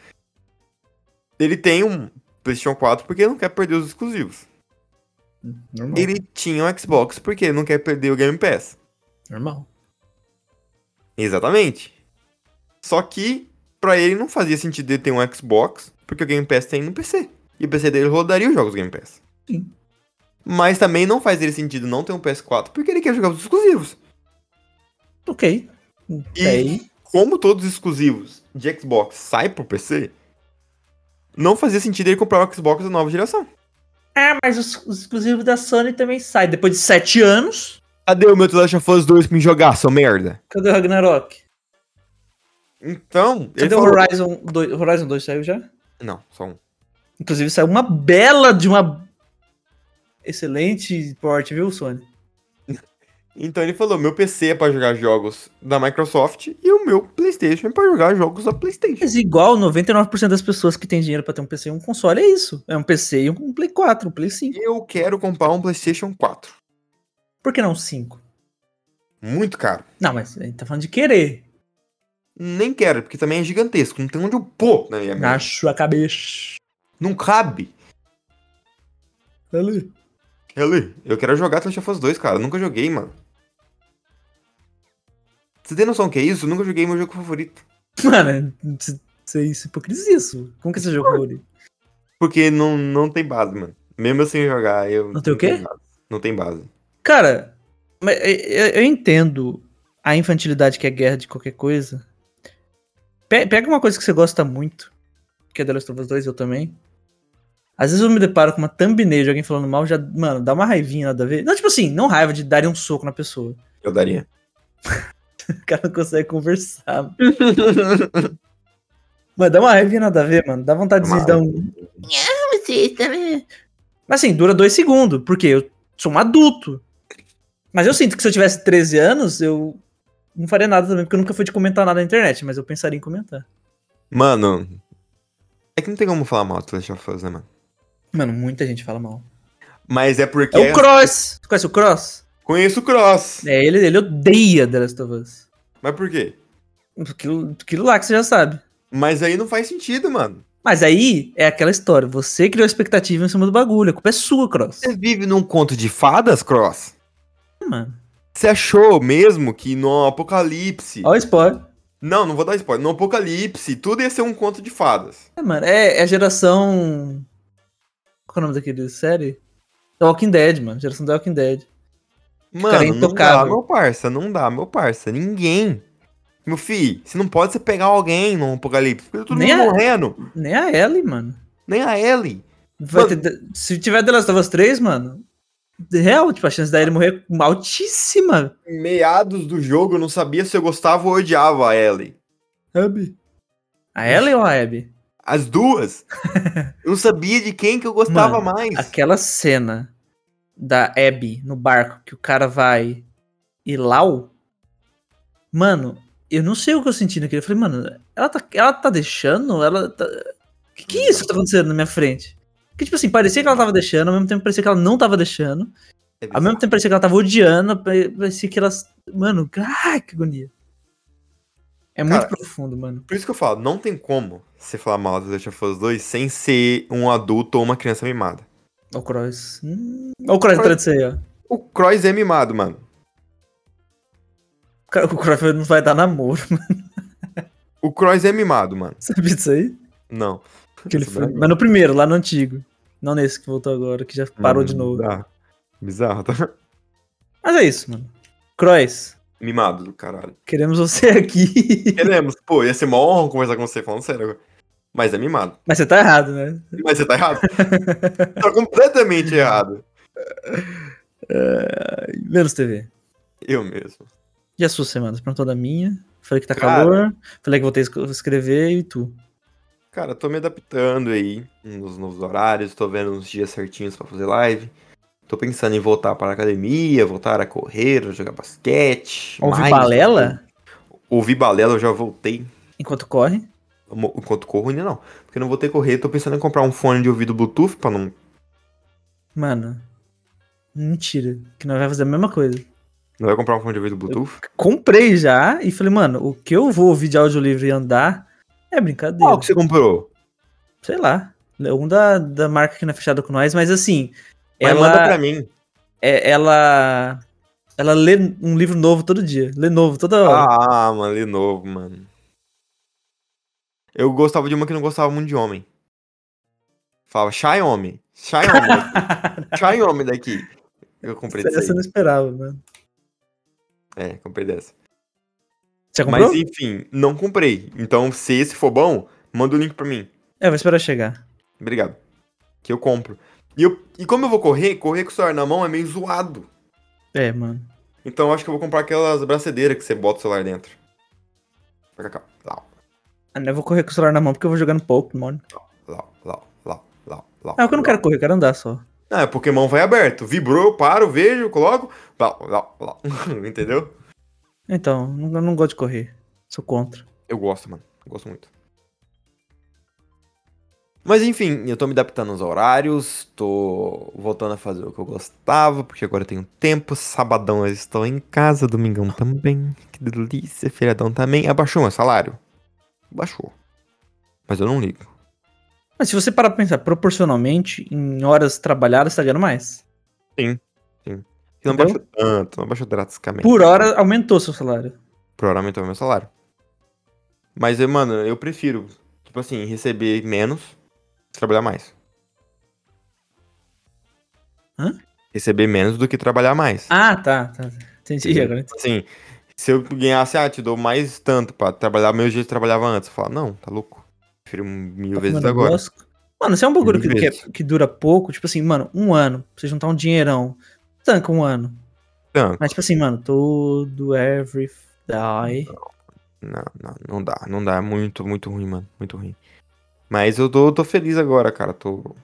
[SPEAKER 2] Ele tem um PlayStation 4 porque ele não quer perder os exclusivos.
[SPEAKER 1] Normal.
[SPEAKER 2] Ele tinha um Xbox porque ele não quer perder o Game Pass.
[SPEAKER 1] Normal.
[SPEAKER 2] Exatamente. Só que pra ele não fazia sentido ele ter um Xbox porque o Game Pass tem no PC. E o PC dele rodaria os jogos do Game Pass.
[SPEAKER 1] Sim.
[SPEAKER 2] Mas também não faz ele sentido não ter um PS4 porque ele quer jogar os exclusivos.
[SPEAKER 1] Ok.
[SPEAKER 2] E-
[SPEAKER 1] Bem,
[SPEAKER 2] Como todos os exclusivos de Xbox saem pro PC, não fazia sentido ele comprar o Xbox da nova geração.
[SPEAKER 1] Ah, mas os, os exclusivos da Sony também saem. Depois de sete anos,
[SPEAKER 2] Cadê o meu The Last of Us 2 pra me jogar, seu merda?
[SPEAKER 1] cadê o Ragnarok?
[SPEAKER 2] Então, ele
[SPEAKER 1] Cadê o
[SPEAKER 2] falou-
[SPEAKER 1] Horizon 2? Horizon 2 saiu já?
[SPEAKER 2] Não, só um.
[SPEAKER 1] Inclusive saiu uma bela de uma excelente porte, viu, Sony?
[SPEAKER 2] Então ele falou, meu PC é pra jogar jogos da Microsoft e o meu Playstation é pra jogar jogos da Playstation.
[SPEAKER 1] Mas igual 99% das pessoas que têm dinheiro pra ter um PC e um console é isso. É um PC e um Play 4, um Play 5.
[SPEAKER 2] Eu quero comprar um Playstation 4.
[SPEAKER 1] Por que não 5?
[SPEAKER 2] Muito caro.
[SPEAKER 1] Não, mas a gente tá falando de querer.
[SPEAKER 2] Nem quero, porque também é gigantesco. Não tem onde eu pôr na minha
[SPEAKER 1] Na
[SPEAKER 2] mente.
[SPEAKER 1] sua cabeça.
[SPEAKER 2] Não cabe.
[SPEAKER 1] Ali.
[SPEAKER 2] Ele, eu quero jogar The Last of Us 2, cara. Eu nunca joguei, mano. Você tem noção do que é isso? Eu nunca joguei meu jogo favorito.
[SPEAKER 1] Mano, isso- isso é isso, hipocrisia isso. Como que é você jogou ali?
[SPEAKER 2] Porque não, não tem base, mano. Mesmo assim jogar, eu...
[SPEAKER 1] Não tem o quê?
[SPEAKER 2] tenho base. Não tem base.
[SPEAKER 1] Cara, mas eu, eu entendo a infantilidade que é guerra de qualquer coisa. Pe- pega uma coisa que você gosta muito, que é The Last of Us 2, eu também. Às vezes eu me deparo com uma thumbnail de alguém falando mal, já, mano, dá uma raivinha nada a ver. Não, tipo assim, não raiva de darem um soco na pessoa.
[SPEAKER 2] Eu daria.
[SPEAKER 1] O cara não consegue conversar. Mas dá uma raivinha nada a ver, mano. Dá vontade de
[SPEAKER 2] Uma-
[SPEAKER 1] dar um. Mas assim, dura dois segundos, porque eu sou um adulto. Mas eu sinto que se eu tivesse 13 anos, eu não faria nada também, porque eu nunca fui de comentar nada na internet, mas eu pensaria em comentar.
[SPEAKER 2] Mano, é que não tem como falar mal do The Last of Us, né, mano?
[SPEAKER 1] Mano, muita gente fala mal.
[SPEAKER 2] Mas é porque
[SPEAKER 1] É o Cross! Você conhece o Cross?
[SPEAKER 2] conheço o Cross.
[SPEAKER 1] É, ele, ele odeia The Last of Us.
[SPEAKER 2] Mas por quê?
[SPEAKER 1] Aquilo, aquilo lá que você já sabe.
[SPEAKER 2] Mas aí não faz sentido, mano.
[SPEAKER 1] Mas aí é aquela história. Você criou expectativa em cima do bagulho. A culpa é sua, Cross.
[SPEAKER 2] Você vive num conto de fadas, Cross?
[SPEAKER 1] Mano.
[SPEAKER 2] Você achou mesmo que no apocalipse.
[SPEAKER 1] Olha o spoiler.
[SPEAKER 2] Não, não vou dar spoiler. No apocalipse, tudo ia ser um conto de fadas.
[SPEAKER 1] É, mano. É, é a geração. Qual é o nome daquele série? The Walking Dead, mano. Geração The Walking Dead. Cara, é
[SPEAKER 2] Mano, não dá,
[SPEAKER 1] intocável.
[SPEAKER 2] meu parça. Não dá, meu parça. Ninguém. Meu filho, você não pode você pegar alguém no apocalipse. Porque tá todo
[SPEAKER 1] Nem
[SPEAKER 2] mundo
[SPEAKER 1] a-
[SPEAKER 2] morrendo.
[SPEAKER 1] Nem a Ellie, mano.
[SPEAKER 2] Nem a Ellie.
[SPEAKER 1] Vai
[SPEAKER 2] Mano.
[SPEAKER 1] ter- se tiver The Last of Us 3, mano, real, tipo, a chance da Ellie morrer é altíssima.
[SPEAKER 2] Meados do jogo, eu não sabia se eu gostava ou odiava a Ellie.
[SPEAKER 1] Abby. A Ellie ou a Abby?
[SPEAKER 2] As duas? eu não sabia de quem que eu gostava
[SPEAKER 1] Mano,
[SPEAKER 2] mais.
[SPEAKER 1] Aquela cena da Abby no barco que o cara vai e Lau. Mano, eu não sei o que eu senti naquele. Eu falei, mano, ela tá, ela tá deixando? Ela tá. Que que é isso que tá acontecendo na minha frente? Que tipo assim, parecia que ela tava deixando, ao mesmo tempo parecia que ela não tava deixando.
[SPEAKER 2] É
[SPEAKER 1] Ao mesmo tempo parecia que ela tava odiando, pare- parecia que elas. Mano, ai, que agonia. É muito
[SPEAKER 2] Cara,
[SPEAKER 1] profundo, mano.
[SPEAKER 2] Por isso que eu falo, não tem como você falar mal do The Last of Us 2 sem ser um adulto ou uma criança mimada.
[SPEAKER 1] Ó O Cross. Hum, ó o Cross atrás de você aí, ó.
[SPEAKER 2] O Cross é mimado, mano.
[SPEAKER 1] O cara- O Cross não vai dar namoro, mano.
[SPEAKER 2] O Cross é mimado, mano.
[SPEAKER 1] Sabe disso aí?
[SPEAKER 2] Não.
[SPEAKER 1] Que ele
[SPEAKER 2] Isso né?
[SPEAKER 1] foi.
[SPEAKER 2] daí-
[SPEAKER 1] Mas no primeiro, lá no antigo. Não nesse que voltou agora, que já parou
[SPEAKER 2] Hum,
[SPEAKER 1] de novo.
[SPEAKER 2] Bizarro. Bizarro, tá?
[SPEAKER 1] Mas é isso, mano. Cross,
[SPEAKER 2] Mimado do caralho.
[SPEAKER 1] queremos você aqui.
[SPEAKER 2] Queremos, pô, ia ser mó honra conversar com você falando sério. agora. Mas é mimado.
[SPEAKER 1] Mas você tá errado, né?
[SPEAKER 2] Mas você tá errado. tá completamente errado.
[SPEAKER 1] Menos TV.
[SPEAKER 2] Eu mesmo.
[SPEAKER 1] E a sua semana? Você perguntou da minha. Falei que tá
[SPEAKER 2] Cara.
[SPEAKER 1] calor. Falei que vou ter que escrever e tu.
[SPEAKER 2] Cara, tô me adaptando aí nos novos horários, tô vendo uns dias certinhos pra fazer live. Tô pensando em voltar para a academia, voltar a correr, jogar basquete.
[SPEAKER 1] Ouvi
[SPEAKER 2] mais. um né?
[SPEAKER 1] balela
[SPEAKER 2] Ouvi balela, eu já voltei.
[SPEAKER 1] enquanto corre.
[SPEAKER 2] Mo- Enquanto corro ainda não, porque eu não vou ter que correr. Tô pensando em comprar um fone de ouvido Bluetooth pra não.
[SPEAKER 1] Mano. Mentira. Que nós vai fazer a mesma coisa.
[SPEAKER 2] Não vai comprar um fone de ouvido Bluetooth?
[SPEAKER 1] Comprei já e falei, mano, o que eu vou ouvir de áudio livre e andar é brincadeira.
[SPEAKER 2] Qual que você comprou?
[SPEAKER 1] sei lá, um da, da marca que não é fechada com nós, mas assim,
[SPEAKER 2] Mas
[SPEAKER 1] ela,
[SPEAKER 2] manda pra mim.
[SPEAKER 1] é- ela ela lê um livro novo todo dia, lê novo toda hora.
[SPEAKER 2] Ah, mano, de novo, mano. Eu gostava de uma que não gostava muito de homem. Falava, chai homem. Chai homem. chai homem daqui. Eu comprei
[SPEAKER 1] Essa
[SPEAKER 2] dessa.
[SPEAKER 1] eu não esperava, mano.
[SPEAKER 2] aí. É, comprei dessa.
[SPEAKER 1] Você comprou?
[SPEAKER 2] Mas enfim, não comprei. Então, se esse for bom, manda o link pra mim.
[SPEAKER 1] É, vai esperar chegar.
[SPEAKER 2] Obrigado. Que eu compro. E, eu, e como eu vou correr, correr com o celular na mão é meio zoado.
[SPEAKER 1] É, mano.
[SPEAKER 2] Então eu acho que eu vou comprar aquelas bracedeiras que você bota o celular dentro. Pra cá, Lá,
[SPEAKER 1] Ah, não, Eu vou correr com o celular na mão porque eu vou jogar no Pokémon.
[SPEAKER 2] lá, lá, lá, lá, lá.
[SPEAKER 1] Ah, eu não
[SPEAKER 2] lá.
[SPEAKER 1] quero correr, eu quero andar só.
[SPEAKER 2] Não, é Pokémon vai aberto. Vibrou, eu paro, vejo, coloco. Lá, lá, lá. Entendeu?
[SPEAKER 1] Então, não- eu não gosto de correr. Sou contra.
[SPEAKER 2] Eu gosto, mano. Eu gosto muito. Mas enfim, eu tô me adaptando aos horários, tô voltando a fazer o que eu gostava, porque agora eu tenho tempo. Sabadão eu estou em casa, domingão também. Que delícia, feriadão também. Abaixou meu salário? Baixou. Mas eu não ligo.
[SPEAKER 1] Mas se você parar pra pensar proporcionalmente, em horas trabalhadas, você tá ganhando mais.
[SPEAKER 2] Não
[SPEAKER 1] Entendeu?
[SPEAKER 2] baixou tanto, não baixou drasticamente.
[SPEAKER 1] Por hora, aumentou seu salário.
[SPEAKER 2] Por hora aumentou meu salário. Mas, eu, mano, eu prefiro, tipo assim, receber menos, trabalhar mais.
[SPEAKER 1] Hã?
[SPEAKER 2] Receber menos do que trabalhar mais.
[SPEAKER 1] Ah, tá, tá. tá. Entendi
[SPEAKER 2] Entendeu?
[SPEAKER 1] agora. entendi.
[SPEAKER 2] Tipo Assim, se eu ganhasse, ah, te dou mais tanto pra trabalhar, meu jeito de trabalhava antes. Eu falava, não, tá louco. Prefiro mil
[SPEAKER 1] Tá
[SPEAKER 2] vezes
[SPEAKER 1] fumando
[SPEAKER 2] agora.
[SPEAKER 1] bosco? Mano, se é um bagulho que,
[SPEAKER 2] Mil
[SPEAKER 1] que, é-
[SPEAKER 2] vezes.
[SPEAKER 1] que dura pouco, tipo assim, mano, um ano, pra você juntar um dinheirão, tanca um ano.
[SPEAKER 2] Não,
[SPEAKER 1] Mas, tipo assim, mano, todo every day.
[SPEAKER 2] não, não, não dá, não dá. É muito, muito ruim, mano. Muito ruim. Mas eu tô, tô feliz agora, cara. Tô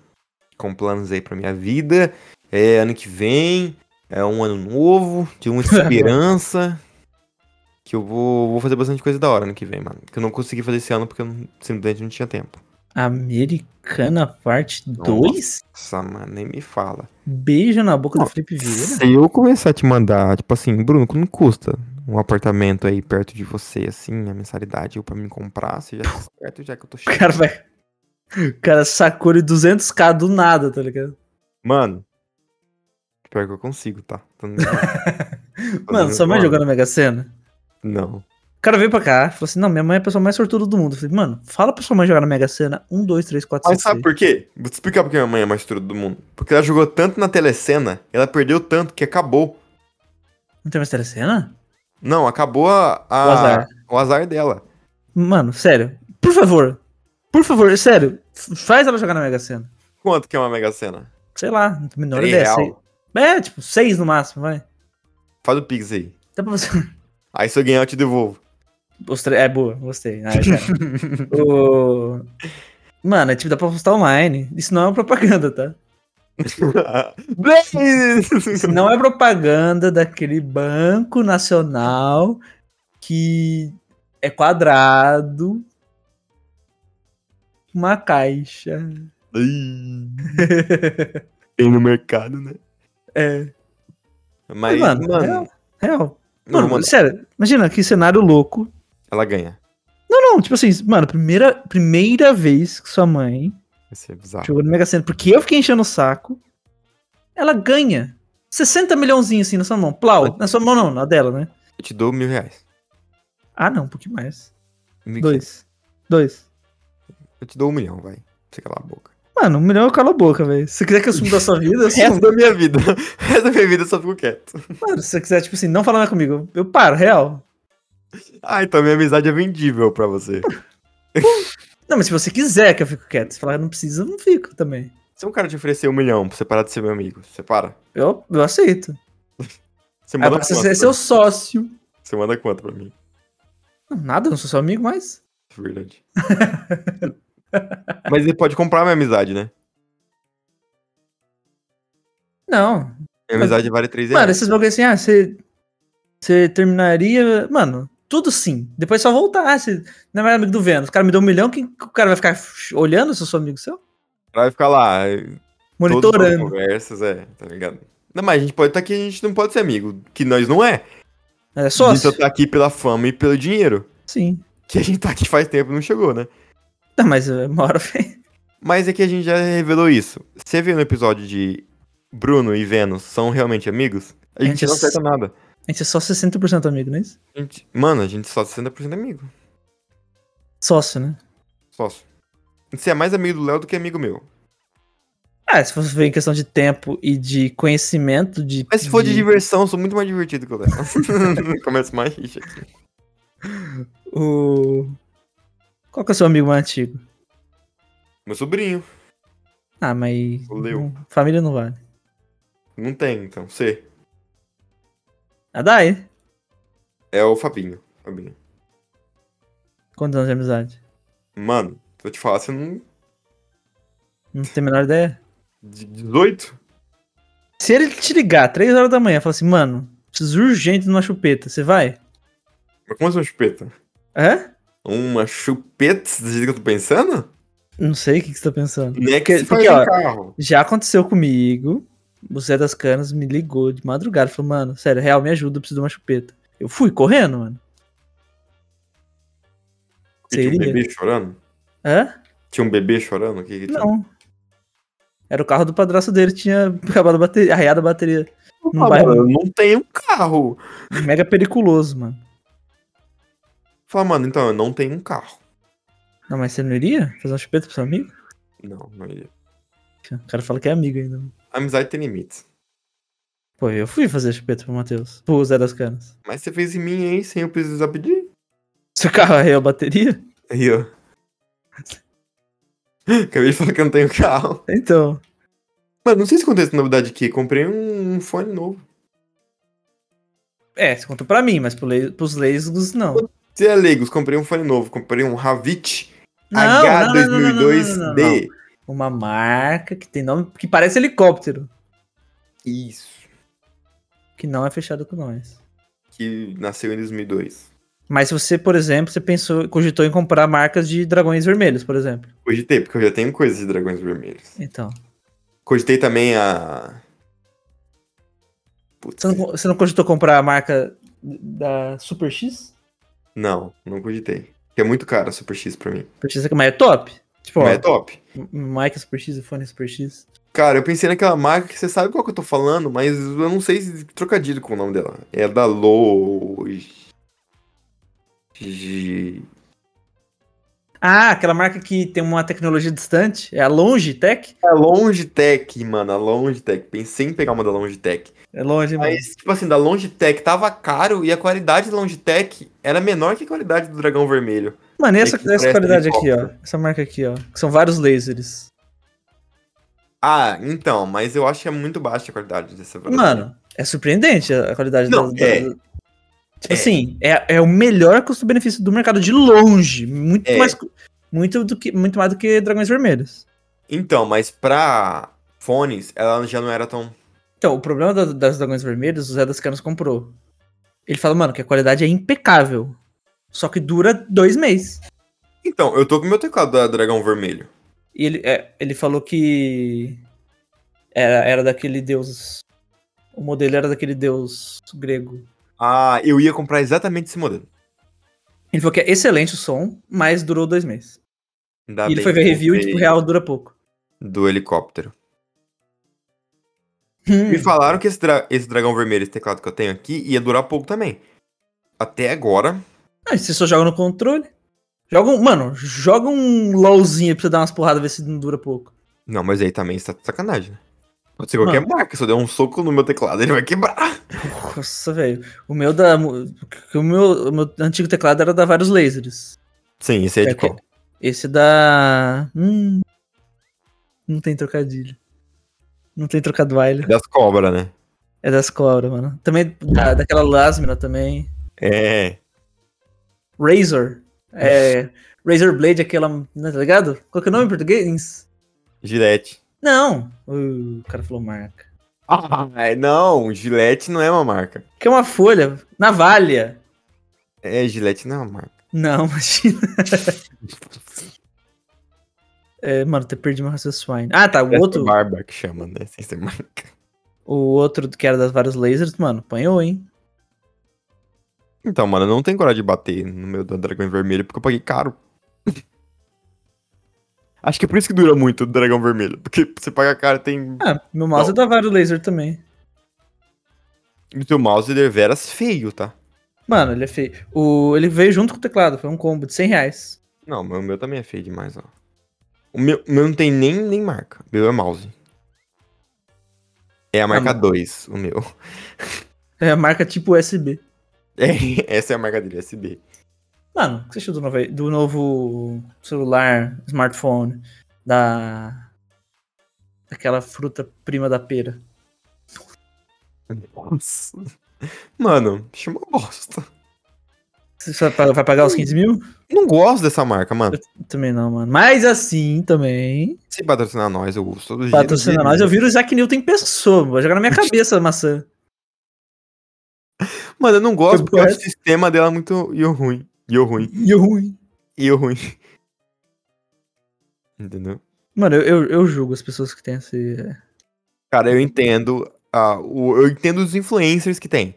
[SPEAKER 2] com planos aí pra minha vida. É ano que vem. É um ano novo, de muita esperança. que eu vou, vou fazer bastante coisa da hora ano que vem, mano. Que eu não consegui fazer esse ano porque eu não- simplesmente não tinha tempo.
[SPEAKER 1] Americana parte 2?
[SPEAKER 2] Nossa, mano, nem me fala.
[SPEAKER 1] Beijo na boca do Felipe Vieira.
[SPEAKER 2] Se eu começar a te mandar, tipo assim, Bruno, como custa um apartamento aí perto de você, assim, a mensalidade, ou pra mim comprar, você já tá certo, já que eu tô
[SPEAKER 1] O
[SPEAKER 2] cheio.
[SPEAKER 1] cara vai. O cara sacou ele 200k do nada, tá ligado?
[SPEAKER 2] Mano, pior que eu consigo, tá? Tô nem- tô
[SPEAKER 1] Mano,
[SPEAKER 2] nem
[SPEAKER 1] sua mãe
[SPEAKER 2] zoando.
[SPEAKER 1] jogando Mega Sena.
[SPEAKER 2] Não.
[SPEAKER 1] O cara veio pra cá, falou assim: Não, minha mãe é a pessoa mais sortuda do mundo. Eu falei, mano, fala pra sua mãe jogar na Mega Sena 1, 2, 3, 4,
[SPEAKER 2] Mas
[SPEAKER 1] 5.
[SPEAKER 2] sabe por quê? Vou te explicar porque minha mãe é a mais estrutura do mundo. Porque ela jogou tanto na telecena, ela perdeu tanto que acabou.
[SPEAKER 1] Não tem mais telecena?
[SPEAKER 2] Não, acabou a, a-
[SPEAKER 1] O azar.
[SPEAKER 2] o azar dela.
[SPEAKER 1] Mano, sério. Por favor. Por favor, sério. f- Faz ela jogar na Mega Sena.
[SPEAKER 2] Quanto que é uma Mega Sena?
[SPEAKER 1] Sei lá, menor
[SPEAKER 2] Três
[SPEAKER 1] ideia.
[SPEAKER 2] real.
[SPEAKER 1] sei- É, tipo, seis no máximo, vai.
[SPEAKER 2] Faz o Pix aí.
[SPEAKER 1] Dá pra você.
[SPEAKER 2] Aí se eu ganhar, eu te devolvo.
[SPEAKER 1] Os tre- É boa, gostei. Ah, cara. o... Mano, é tipo, dá pra postar online. Isso não é uma propaganda, tá? Isso não é propaganda daquele banco nacional que é quadrado. Uma caixa.
[SPEAKER 2] Ih, Tem no mercado, né?
[SPEAKER 1] É.
[SPEAKER 2] Mas,
[SPEAKER 1] mano,
[SPEAKER 2] mano,
[SPEAKER 1] real. real.
[SPEAKER 2] não,
[SPEAKER 1] Mano,
[SPEAKER 2] mano,
[SPEAKER 1] sério, imagina que cenário louco.
[SPEAKER 2] ela ganha.
[SPEAKER 1] Não, não, tipo assim, mano, primeira, primeira vez que sua mãe
[SPEAKER 2] Vai ser bizarro.
[SPEAKER 1] jogou no Mega Sena, porque eu fiquei enchendo o saco, ela ganha 60 milhãozinhos assim na sua mão. Plau, na sua mão não, na dela, né?
[SPEAKER 2] Eu te dou mil reais.
[SPEAKER 1] Ah, não, um pouquinho mais.
[SPEAKER 2] Mil e
[SPEAKER 1] Dois. Dois.
[SPEAKER 2] quinhentos. Eu te dou um milhão, vai. Você cala a boca. é
[SPEAKER 1] Mano, um milhão eu calo a boca, velho. Se você quiser que eu sumo da sua vida, eu
[SPEAKER 2] O resto
[SPEAKER 1] sumo.
[SPEAKER 2] da minha vida. O resto da minha vida eu só fico quieto.
[SPEAKER 1] Mano, se você quiser, tipo assim, não falar mais comigo, eu paro, real.
[SPEAKER 2] Ah, então minha amizade é vendível pra você.
[SPEAKER 1] Não, mas se você quiser que eu fico quieto, se falar que não precisa, eu não fico também.
[SPEAKER 2] Se um cara te oferecer um milhão pra você parar de ser meu amigo, você para.
[SPEAKER 1] Eu, eu aceito.
[SPEAKER 2] Você
[SPEAKER 1] Aí
[SPEAKER 2] manda
[SPEAKER 1] É pra
[SPEAKER 2] quanto?
[SPEAKER 1] você ser seu
[SPEAKER 2] pra-
[SPEAKER 1] sócio.
[SPEAKER 2] Você manda quanto pra mim?
[SPEAKER 1] Não, Nada, eu não sou seu amigo mais.
[SPEAKER 2] É Verdade. Mas ele pode comprar minha amizade, né?
[SPEAKER 1] Não.
[SPEAKER 2] Minha
[SPEAKER 1] Mas-
[SPEAKER 2] amizade vale 3
[SPEAKER 1] Mano,
[SPEAKER 2] reais.
[SPEAKER 1] esses bagulho assim, ah, você. Você terminaria. Mano, tudo sim. Depois só voltar. Ah, você não é mais amigo do Vênus. O cara me deu um milhão, quem o cara vai ficar olhando se eu sou amigo seu?
[SPEAKER 2] Vai ficar lá, todas as
[SPEAKER 1] Monitorando.
[SPEAKER 2] conversas, é, tá ligado? Não, mas a gente pode estar aqui, a gente não pode ser amigo. Que nós não é.
[SPEAKER 1] É
[SPEAKER 2] A gente só
[SPEAKER 1] sócio?
[SPEAKER 2] tá aqui pela fama e pelo dinheiro.
[SPEAKER 1] Sim.
[SPEAKER 2] Que a gente tá aqui faz tempo e não chegou, né?
[SPEAKER 1] Não, mas eh, uma hora vem.
[SPEAKER 2] Mas é que a gente já revelou isso. Você viu no episódio de Bruno e Vênus são realmente amigos? A gente não acerta nada.
[SPEAKER 1] A gente é só 60% amigo, não é isso?
[SPEAKER 2] A gente- mano, a gente só é 60% amigo.
[SPEAKER 1] Sócio, né?
[SPEAKER 2] Sócio. Você é mais amigo do Léo do que amigo meu.
[SPEAKER 1] Ah, se fosse ver em questão de tempo e de conhecimento de.
[SPEAKER 2] Mas se for de diversão, eu sou muito mais divertido que o Léo. Começa mais rixa aqui.
[SPEAKER 1] O... Qual que é o seu amigo mais antigo?
[SPEAKER 2] Meu sobrinho.
[SPEAKER 1] Ah, mas.
[SPEAKER 2] O Leo.
[SPEAKER 1] não- família não vale.
[SPEAKER 2] Não tem, então. Você.
[SPEAKER 1] A Dai?
[SPEAKER 2] É o Fabinho. Fabinho.
[SPEAKER 1] Quantos anos de amizade?
[SPEAKER 2] Mano, vou te falar, você não.
[SPEAKER 1] Não tem a menor ideia?
[SPEAKER 2] de- 18?
[SPEAKER 1] Se ele te ligar 3 horas da manhã e falar assim, mano, preciso urgente de uma chupeta, você vai?
[SPEAKER 2] Mas como assim uma chupeta?
[SPEAKER 1] É?
[SPEAKER 2] Uma chupeta? Do jeito que eu tô pensando?
[SPEAKER 1] Não sei o que, que você tá pensando.
[SPEAKER 2] Não é que
[SPEAKER 1] Porque-
[SPEAKER 2] você
[SPEAKER 1] porque,
[SPEAKER 2] faz
[SPEAKER 1] ó,
[SPEAKER 2] um carro.
[SPEAKER 1] Já aconteceu comigo, o Zé das Canas me ligou de madrugada, falou, mano, sério, real, me ajuda, eu preciso de uma chupeta. Eu fui correndo, mano.
[SPEAKER 2] E Tinha um
[SPEAKER 1] Seria?
[SPEAKER 2] bebê chorando?
[SPEAKER 1] Hã?
[SPEAKER 2] Tinha um bebê chorando? O que que tinha?
[SPEAKER 1] Não. Era o carro do padrasto dele, tinha acabado a bateria, arreado a bateria. Não
[SPEAKER 2] Ah,
[SPEAKER 1] vai-
[SPEAKER 2] mano, eu não tenho carro.
[SPEAKER 1] Mega periculoso, mano.
[SPEAKER 2] Fala, mano, então, eu não tenho um carro.
[SPEAKER 1] Não, mas você não iria fazer uma chupeta pro seu amigo?
[SPEAKER 2] Não, não ia.
[SPEAKER 1] O cara fala que é amigo ainda.
[SPEAKER 2] Amizade tem limites.
[SPEAKER 1] Pô, eu fui fazer a chupeta pro Matheus, pro Zé das Canas.
[SPEAKER 2] Mas você fez em mim, hein, sem eu precisar pedir.
[SPEAKER 1] Seu carro arreou a bateria?
[SPEAKER 2] Aí, ó. Acabei de falar que eu não tenho carro.
[SPEAKER 1] Então,
[SPEAKER 2] Mano, não sei se acontece novidade aqui. Comprei um, um fone novo.
[SPEAKER 1] é, você contou pra mim, mas pro le- pros leigos, não.
[SPEAKER 2] Se é leigos, comprei um fone novo. Comprei um Havit
[SPEAKER 1] Não, não, não, não, não, não, não, não, não, não.
[SPEAKER 2] H2002D.
[SPEAKER 1] Uma marca que tem nome que parece helicóptero,
[SPEAKER 2] Isso.
[SPEAKER 1] que não é fechado com nós.
[SPEAKER 2] Que nasceu em 2002.
[SPEAKER 1] Mas se você, por exemplo, você pensou, cogitou em comprar marcas de dragões vermelhos, por exemplo.
[SPEAKER 2] Cogitei, porque eu já tenho coisas de dragões vermelhos.
[SPEAKER 1] Então,
[SPEAKER 2] Cogitei também a. Putz.
[SPEAKER 1] você não, você não cogitou comprar a marca da Super X?
[SPEAKER 2] Não, não cogitei. Porque é muito caro a Super X pra mim.
[SPEAKER 1] Super X é que mas é top? Tipo,
[SPEAKER 2] Mas é
[SPEAKER 1] ó,
[SPEAKER 2] top.
[SPEAKER 1] marca Super X, iPhone Super X.
[SPEAKER 2] Cara, eu pensei naquela marca que você sabe qual que eu tô falando, mas eu não sei se trocadilho com o nome dela. É da Loj. G-
[SPEAKER 1] Ah, aquela marca que tem uma tecnologia distante, é a Longe Tech?
[SPEAKER 2] É a Longitech, mano, a Longitech. Pensei em pegar uma da Longitech.
[SPEAKER 1] É longe, mas...
[SPEAKER 2] Mas, tipo assim, da Longitech tava caro e a qualidade da Longitech era menor que a qualidade do Dragão Vermelho.
[SPEAKER 1] Mano, e essa,
[SPEAKER 2] Meio que
[SPEAKER 1] essa
[SPEAKER 2] parece
[SPEAKER 1] qualidade aqui, ó?
[SPEAKER 2] helicóptero.
[SPEAKER 1] Essa marca aqui, ó. Que são vários lasers.
[SPEAKER 2] Ah, então, mas eu acho que é muito baixa a qualidade dessa
[SPEAKER 1] Mano, é surpreendente a a qualidade
[SPEAKER 2] Não,
[SPEAKER 1] das-
[SPEAKER 2] é.
[SPEAKER 1] das- Tipo
[SPEAKER 2] É.
[SPEAKER 1] assim, é, é o melhor custo-benefício do mercado de longe. Muito
[SPEAKER 2] É.
[SPEAKER 1] mais. cu- Muito, do que, muito mais do que Dragões Vermelhos.
[SPEAKER 2] Então, mas pra fones, ela já não era tão.
[SPEAKER 1] Então, o problema da- das Dragões Vermelhos, o Zé das Canas comprou. Ele fala, mano, que a qualidade é impecável. Só que dura dois meses.
[SPEAKER 2] Então, eu tô com o meu teclado da Dragão Vermelho.
[SPEAKER 1] E ele, é, ele falou que era, era daquele deus. O modelo era daquele deus grego.
[SPEAKER 2] Ah, eu ia comprar exatamente esse modelo.
[SPEAKER 1] Ele falou que é excelente o som, mas durou dois meses.
[SPEAKER 2] Ainda
[SPEAKER 1] e ele
[SPEAKER 2] bem
[SPEAKER 1] foi ver
[SPEAKER 2] que eu
[SPEAKER 1] review e,
[SPEAKER 2] comprei
[SPEAKER 1] tipo, real dura pouco.
[SPEAKER 2] Do helicóptero.
[SPEAKER 1] Hum,
[SPEAKER 2] Me falaram que esse, dra- esse dragão vermelho, esse teclado que eu tenho aqui, ia durar pouco também. Até agora.
[SPEAKER 1] ah, e você só joga no controle. Joga um, mano, joga um LOLzinho aí pra você dar umas porradas, ver se não dura pouco.
[SPEAKER 2] Não, mas aí também está de sacanagem, né? Pode ser
[SPEAKER 1] Ah.
[SPEAKER 2] qualquer marca, se eu der um soco no meu teclado, ele vai quebrar.
[SPEAKER 1] Nossa, velho. O meu da. O meu, o meu antigo teclado era da vários lasers.
[SPEAKER 2] Sim, esse é de
[SPEAKER 1] É que-
[SPEAKER 2] qual?
[SPEAKER 1] Esse da. Hum. Não tem trocadilho. Não tem trocadilho.
[SPEAKER 2] Das cobras, né?
[SPEAKER 1] É das cobras, mano. Também da- daquela Lasmina também.
[SPEAKER 2] É.
[SPEAKER 1] Razor. É. Razor Blade, aquela. Não, tá ligado? Qual que é o nome em português?
[SPEAKER 2] Gillette.
[SPEAKER 1] Não! Uh, o cara falou marca.
[SPEAKER 2] Ah, é, não, Gillette não é uma marca.
[SPEAKER 1] Que é uma folha. Navalha.
[SPEAKER 2] É, Gillette não é uma marca.
[SPEAKER 1] Não, imagina. É, mano, até perdi meu raciocínio. Ah, tá. O outro,
[SPEAKER 2] Barba que chama, né? Sem ser marca.
[SPEAKER 1] o outro que era das vários lasers, mano, apanhou, hein?
[SPEAKER 2] Então, mano, eu não tenho coragem de bater no meu da Dragão Vermelho porque eu paguei caro. Acho que é por isso que dura muito o Dragão Vermelho. Porque você paga caro tem.
[SPEAKER 1] Ah, meu mouse é da vários laser também.
[SPEAKER 2] E o teu mouse ele é veras feio, tá?
[SPEAKER 1] Mano, ele é feio. O... Ele veio junto com o teclado, foi um combo de 100 reais.
[SPEAKER 2] Não, mas o meu também é feio demais, ó. O meu, o meu não tem nem, nem marca. O meu é mouse. É a marca
[SPEAKER 1] mas-
[SPEAKER 2] 2, o meu.
[SPEAKER 1] É a marca tipo USB.
[SPEAKER 2] É, essa é a marca dele, SB.
[SPEAKER 1] Mano, o que você achou do novo, do novo celular, smartphone, da. daquela fruta prima da pera?
[SPEAKER 2] Nossa. Mano, chama bosta.
[SPEAKER 1] Você só pa- vai pagar os 15 mil?
[SPEAKER 2] Não gosto dessa marca, mano.
[SPEAKER 1] Também não, mano. Mas assim também.
[SPEAKER 2] Se patrocinar nós, eu gosto. Todo jeito
[SPEAKER 1] Patrocina
[SPEAKER 2] dele.
[SPEAKER 1] nós, eu viro o Zack Newton em pessoa. Vai jogar na minha cabeça a maçã.
[SPEAKER 2] Mano, eu não gosto
[SPEAKER 1] Eu
[SPEAKER 2] porque eu acho o
[SPEAKER 1] gosto.
[SPEAKER 2] sistema dela é muito. E o ruim. E o ruim.
[SPEAKER 1] E eu ruim.
[SPEAKER 2] E o ruim. Entendeu?
[SPEAKER 1] Mano, eu, eu, eu julgo as pessoas que têm esse.
[SPEAKER 2] Cara, eu entendo. ah, o- eu entendo os influencers que tem.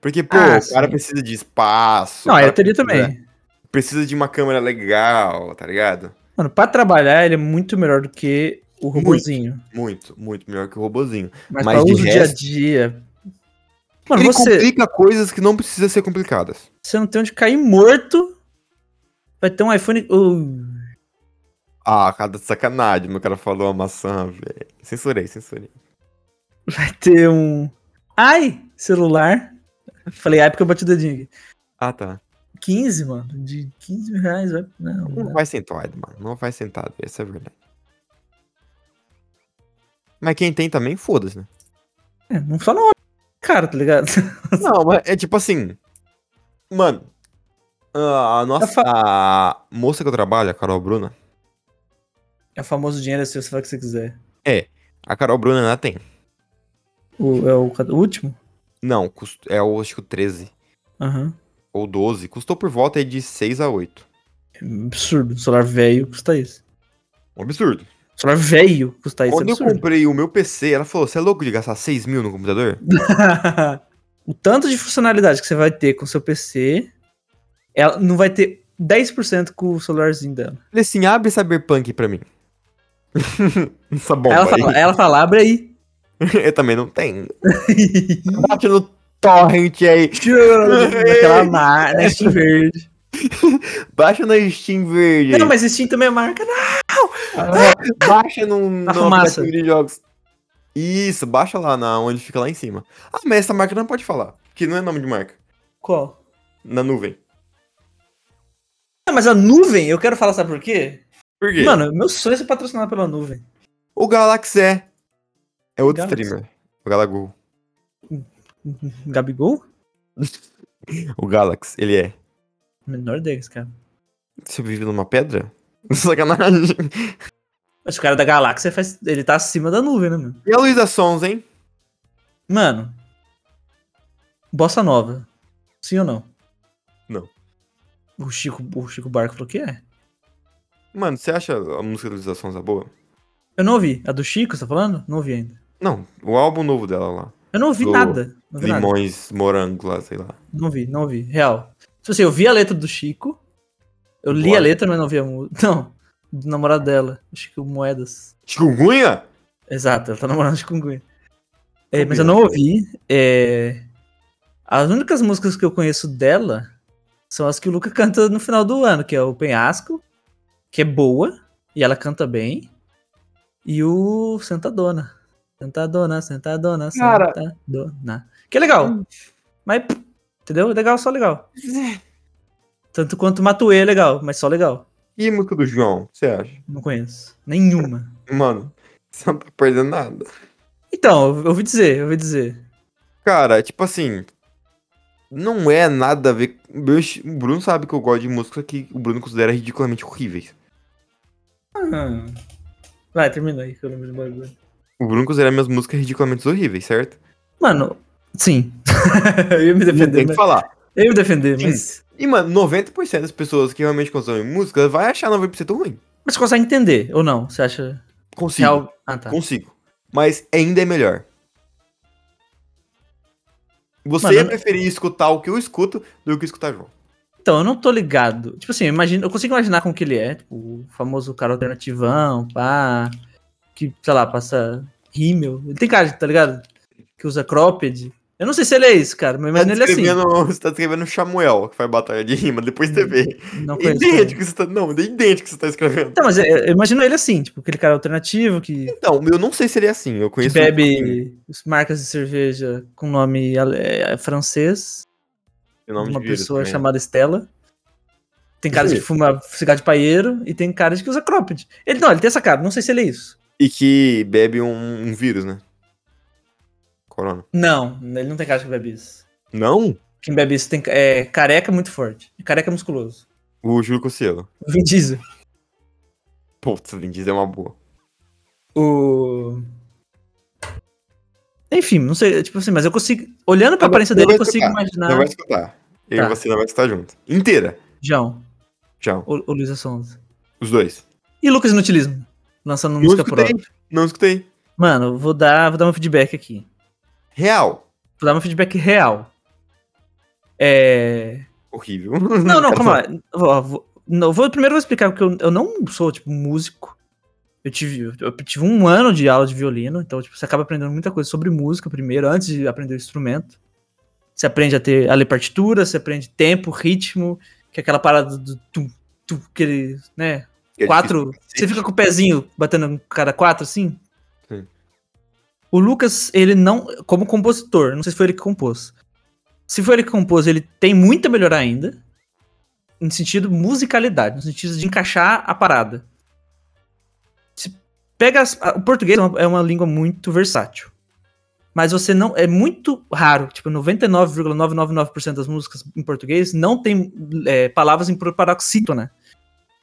[SPEAKER 2] Porque, pô,
[SPEAKER 1] Ah,
[SPEAKER 2] o cara
[SPEAKER 1] sim.
[SPEAKER 2] precisa de espaço. o
[SPEAKER 1] Não, eu
[SPEAKER 2] cara
[SPEAKER 1] teria
[SPEAKER 2] precisa-
[SPEAKER 1] também.
[SPEAKER 2] Precisa de uma câmera legal, tá ligado?
[SPEAKER 1] Mano, pra trabalhar ele é muito melhor do que o robozinho.
[SPEAKER 2] Muito, muito melhor que o robozinho.
[SPEAKER 1] Mas,
[SPEAKER 2] Mas
[SPEAKER 1] pra
[SPEAKER 2] de
[SPEAKER 1] uso dia a
[SPEAKER 2] resto-
[SPEAKER 1] dia. Mano,
[SPEAKER 2] Ele
[SPEAKER 1] você,
[SPEAKER 2] complica coisas que não precisam ser complicadas.
[SPEAKER 1] você não tem onde cair morto. Vai ter um iPhone. Uh,
[SPEAKER 2] Ah, cara, de sacanagem, meu cara falou a maçã, velho. Censurei, censurei.
[SPEAKER 1] vai ter um. Ai! Celular. Falei, ai, porque eu bati o dedinho aqui.
[SPEAKER 2] Ah, tá.
[SPEAKER 1] 15, mano. De 15 mil reais. Vai... né? Não,
[SPEAKER 2] Não
[SPEAKER 1] não.
[SPEAKER 2] vai sentado, mano. Não vai sentado, essa é a verdade. Mas quem tem também, foda-se, né?
[SPEAKER 1] É, não só não. Cara, tá ligado?
[SPEAKER 2] Não, mas é tipo assim. Mano, a
[SPEAKER 1] Eu
[SPEAKER 2] nossa.
[SPEAKER 1] fa-
[SPEAKER 2] A moça que eu trabalho, a Carol Bruna.
[SPEAKER 1] É o famoso dinheiro é seu, você faz o que você quiser.
[SPEAKER 2] A Carol Bruna ela tem.
[SPEAKER 1] O, é o, ca- o último?
[SPEAKER 2] Não, cust- é o acho que o 13
[SPEAKER 1] Aham.
[SPEAKER 2] ou 12. Custou por volta aí de 6 a 8.
[SPEAKER 1] Absurdo. um Celular velho custa isso.
[SPEAKER 2] Um absurdo.
[SPEAKER 1] Celular velho custa isso.
[SPEAKER 2] Quando
[SPEAKER 1] É,
[SPEAKER 2] eu
[SPEAKER 1] absurdo.
[SPEAKER 2] comprei o meu PC, ela falou: você é louco de gastar 6 mil no computador?
[SPEAKER 1] o tanto de funcionalidade que você vai ter com o seu PC, ela não vai ter 10% com o celularzinho dela.
[SPEAKER 2] Falei assim, abre Cyberpunk pra mim. Essa bomba
[SPEAKER 1] Ela
[SPEAKER 2] aí.
[SPEAKER 1] fala, ela fala, abre aí.
[SPEAKER 2] Eu também não tenho. Bate no torrent aí.
[SPEAKER 1] Naquela mar, na né, Steam verde.
[SPEAKER 2] Baixa na Steam Verde.
[SPEAKER 1] Não, mas Steam também é marca. né?
[SPEAKER 2] Ah, Baixa no, no
[SPEAKER 1] Na fumaça.
[SPEAKER 2] aplicativo de jogos. Isso, baixa lá na, onde fica lá em cima. Ah, mas essa marca não pode falar. Que não é nome de marca.
[SPEAKER 1] Qual?
[SPEAKER 2] Na nuvem.
[SPEAKER 1] Ah, mas a nuvem, eu quero falar, sabe por quê?
[SPEAKER 2] Por quê?
[SPEAKER 1] Mano, meu sonho é ser patrocinado pela nuvem.
[SPEAKER 2] o Galaxy é. É outro
[SPEAKER 1] Galaxy.
[SPEAKER 2] streamer. O Galagol.
[SPEAKER 1] Gabigol?
[SPEAKER 2] O Galaxy, ele é.
[SPEAKER 1] Menor deles, cara.
[SPEAKER 2] Você vive numa pedra? Sacanagem.
[SPEAKER 1] Acho que o cara da galáxia faz. Ele tá acima da nuvem, né, mano?
[SPEAKER 2] E a Luísa Sons, hein?
[SPEAKER 1] Mano. Bossa nova. Sim ou não?
[SPEAKER 2] Não.
[SPEAKER 1] O Chico, o Chico Barco falou que é.
[SPEAKER 2] Mano, você acha a música da Luísa Sons a boa?
[SPEAKER 1] Eu não ouvi. A do Chico, você tá falando? Não ouvi ainda.
[SPEAKER 2] Não, o álbum novo dela lá.
[SPEAKER 1] Eu não ouvi
[SPEAKER 2] Do
[SPEAKER 1] nada. Não ouvi nada.
[SPEAKER 2] Limões, morango lá, sei lá.
[SPEAKER 1] Não vi, não vi. Real. Tipo assim, eu vi a letra do Chico. Eu li
[SPEAKER 2] Boa.
[SPEAKER 1] a letra, mas não vi a música. Não. Do namorado dela. o Chico Moedas.
[SPEAKER 2] Chikungunya?
[SPEAKER 1] Exato, ela tá namorando de Kunguin. É,
[SPEAKER 2] Combina.
[SPEAKER 1] mas eu não ouvi. é, As únicas músicas que eu conheço dela são as que o Luca canta no final do ano, que é o Penhasco, que é boa, e ela canta bem. E o Sentadona. Sentadona, sentadona,
[SPEAKER 2] Cara.
[SPEAKER 1] sentadona. Que é legal. Mas, pff, entendeu? Legal, só legal. Tanto quanto Matuê é legal, mas só legal.
[SPEAKER 2] E a música do João, você acha?
[SPEAKER 1] Não conheço. Nenhuma.
[SPEAKER 2] Mano, você não tá perdendo nada.
[SPEAKER 1] Então, eu ouvi dizer, eu ouvi dizer.
[SPEAKER 2] Cara, tipo assim. Não é nada a ver. com- meu esti- O Bruno sabe que eu gosto de música que o Bruno considera ridiculamente horríveis.
[SPEAKER 1] Ah. Vai, termina aí que eu lembro do bagulho.
[SPEAKER 2] O Bruno considera minhas músicas ridiculamente horríveis, certo?
[SPEAKER 1] Mano, sim. eu ia me
[SPEAKER 2] Não tem
[SPEAKER 1] defender,
[SPEAKER 2] que
[SPEAKER 1] mas...
[SPEAKER 2] falar.
[SPEAKER 1] Eu ia me defender,
[SPEAKER 2] Sim.
[SPEAKER 1] mas.
[SPEAKER 2] E, mano, 90% das pessoas que realmente consomem música vai achar 90% ruim.
[SPEAKER 1] Mas você consegue entender, ou não? Você acha
[SPEAKER 2] Consigo.
[SPEAKER 1] real. Ah, tá.
[SPEAKER 2] Consigo. Mas ainda é melhor. Você
[SPEAKER 1] Mano,
[SPEAKER 2] ia
[SPEAKER 1] eu-
[SPEAKER 2] preferir escutar o que eu escuto do que escutar João.
[SPEAKER 1] Então, eu não tô ligado. Tipo assim, eu, imagino, eu consigo imaginar como que ele é. Tipo, o famoso cara alternativão, pá. Que, sei lá, passa rímel. Ele tem cara, de- tá ligado? Que usa cropped. Eu não sei se ele é isso, cara, mas eu imagino ele assim. Hum,
[SPEAKER 2] escrevendo, Você tá escrevendo Samuel, que faz batalha de rima, depois você vê.
[SPEAKER 1] Não
[SPEAKER 2] É
[SPEAKER 1] conheço. ele.
[SPEAKER 2] idêntico, você tá, não, é idêntico que você tá escrevendo.
[SPEAKER 1] Então, mas eu, eu imagino ele assim, tipo, aquele cara alternativo que
[SPEAKER 2] Então, eu não sei se ele é assim. Eu
[SPEAKER 1] que
[SPEAKER 2] conheço.
[SPEAKER 1] Tipo, bebe marcas de cerveja com nome é, é, francês,
[SPEAKER 2] o
[SPEAKER 1] uma
[SPEAKER 2] nome de vírus
[SPEAKER 1] pessoa
[SPEAKER 2] também. né?
[SPEAKER 1] chamada Estela. Tem cara de que
[SPEAKER 2] Sim.
[SPEAKER 1] fuma cigarro de paieiro e tem cara de que usa cropped. Ele não, ele tem essa cara, não sei se ele é isso.
[SPEAKER 2] E que bebe um, um vírus, né? Corona.
[SPEAKER 1] Não, ele não tem cara de que bebe isso.
[SPEAKER 2] Não?
[SPEAKER 1] Quem bebe isso tem ca- é careca muito forte, e careca musculoso.
[SPEAKER 2] O Júlio Cossielo.
[SPEAKER 1] O Vin Diesel.
[SPEAKER 2] Putz, Vin Diesel é uma boa.
[SPEAKER 1] O Enfim, não sei, tipo assim, mas eu consigo olhando pra
[SPEAKER 2] Não,
[SPEAKER 1] aparência
[SPEAKER 2] não
[SPEAKER 1] dele,
[SPEAKER 2] vai
[SPEAKER 1] eu consigo
[SPEAKER 2] escutar, Você
[SPEAKER 1] imaginar
[SPEAKER 2] vai escutar. Eu
[SPEAKER 1] Tá.
[SPEAKER 2] e você não vai escutar junto. Inteira.
[SPEAKER 1] João
[SPEAKER 2] Tchau.
[SPEAKER 1] ou, ou Luísa Sonza.
[SPEAKER 2] Os dois.
[SPEAKER 1] E Lucas Inutilismo, lançando
[SPEAKER 2] Não
[SPEAKER 1] música
[SPEAKER 2] escutei.
[SPEAKER 1] própria.
[SPEAKER 2] Não escutei.
[SPEAKER 1] Mano, eu vou dar, vou dar um feedback aqui.
[SPEAKER 2] Real.
[SPEAKER 1] Vou dar um feedback real. É.
[SPEAKER 2] Horrível.
[SPEAKER 1] Não, não, calma lá. Vou, vou- não, vou- primeiro eu vou explicar porque eu, eu não sou, tipo, músico. Eu tive, eu tive um ano de aula de violino, então, tipo, você acaba aprendendo muita coisa sobre música primeiro, antes de aprender o instrumento. Você aprende a, ter, a ler partitura, você aprende tempo, ritmo, que é aquela parada do tum, tum, aquele, né,
[SPEAKER 2] É
[SPEAKER 1] quatro.
[SPEAKER 2] difícil.
[SPEAKER 1] Você fica com o pezinho batendo cada quatro, assim?
[SPEAKER 2] Sim.
[SPEAKER 1] O Lucas, ele não. Como compositor, não sei se foi ele que compôs. Se foi ele que compôs, ele tem muito a melhorar ainda. No sentido musicalidade, no sentido de encaixar a parada. Se pega as- a- o português é uma, é uma língua muito versátil. Mas você não. É muito raro. Tipo, 99,999% das músicas em português não tem é, palavras em paroxítona.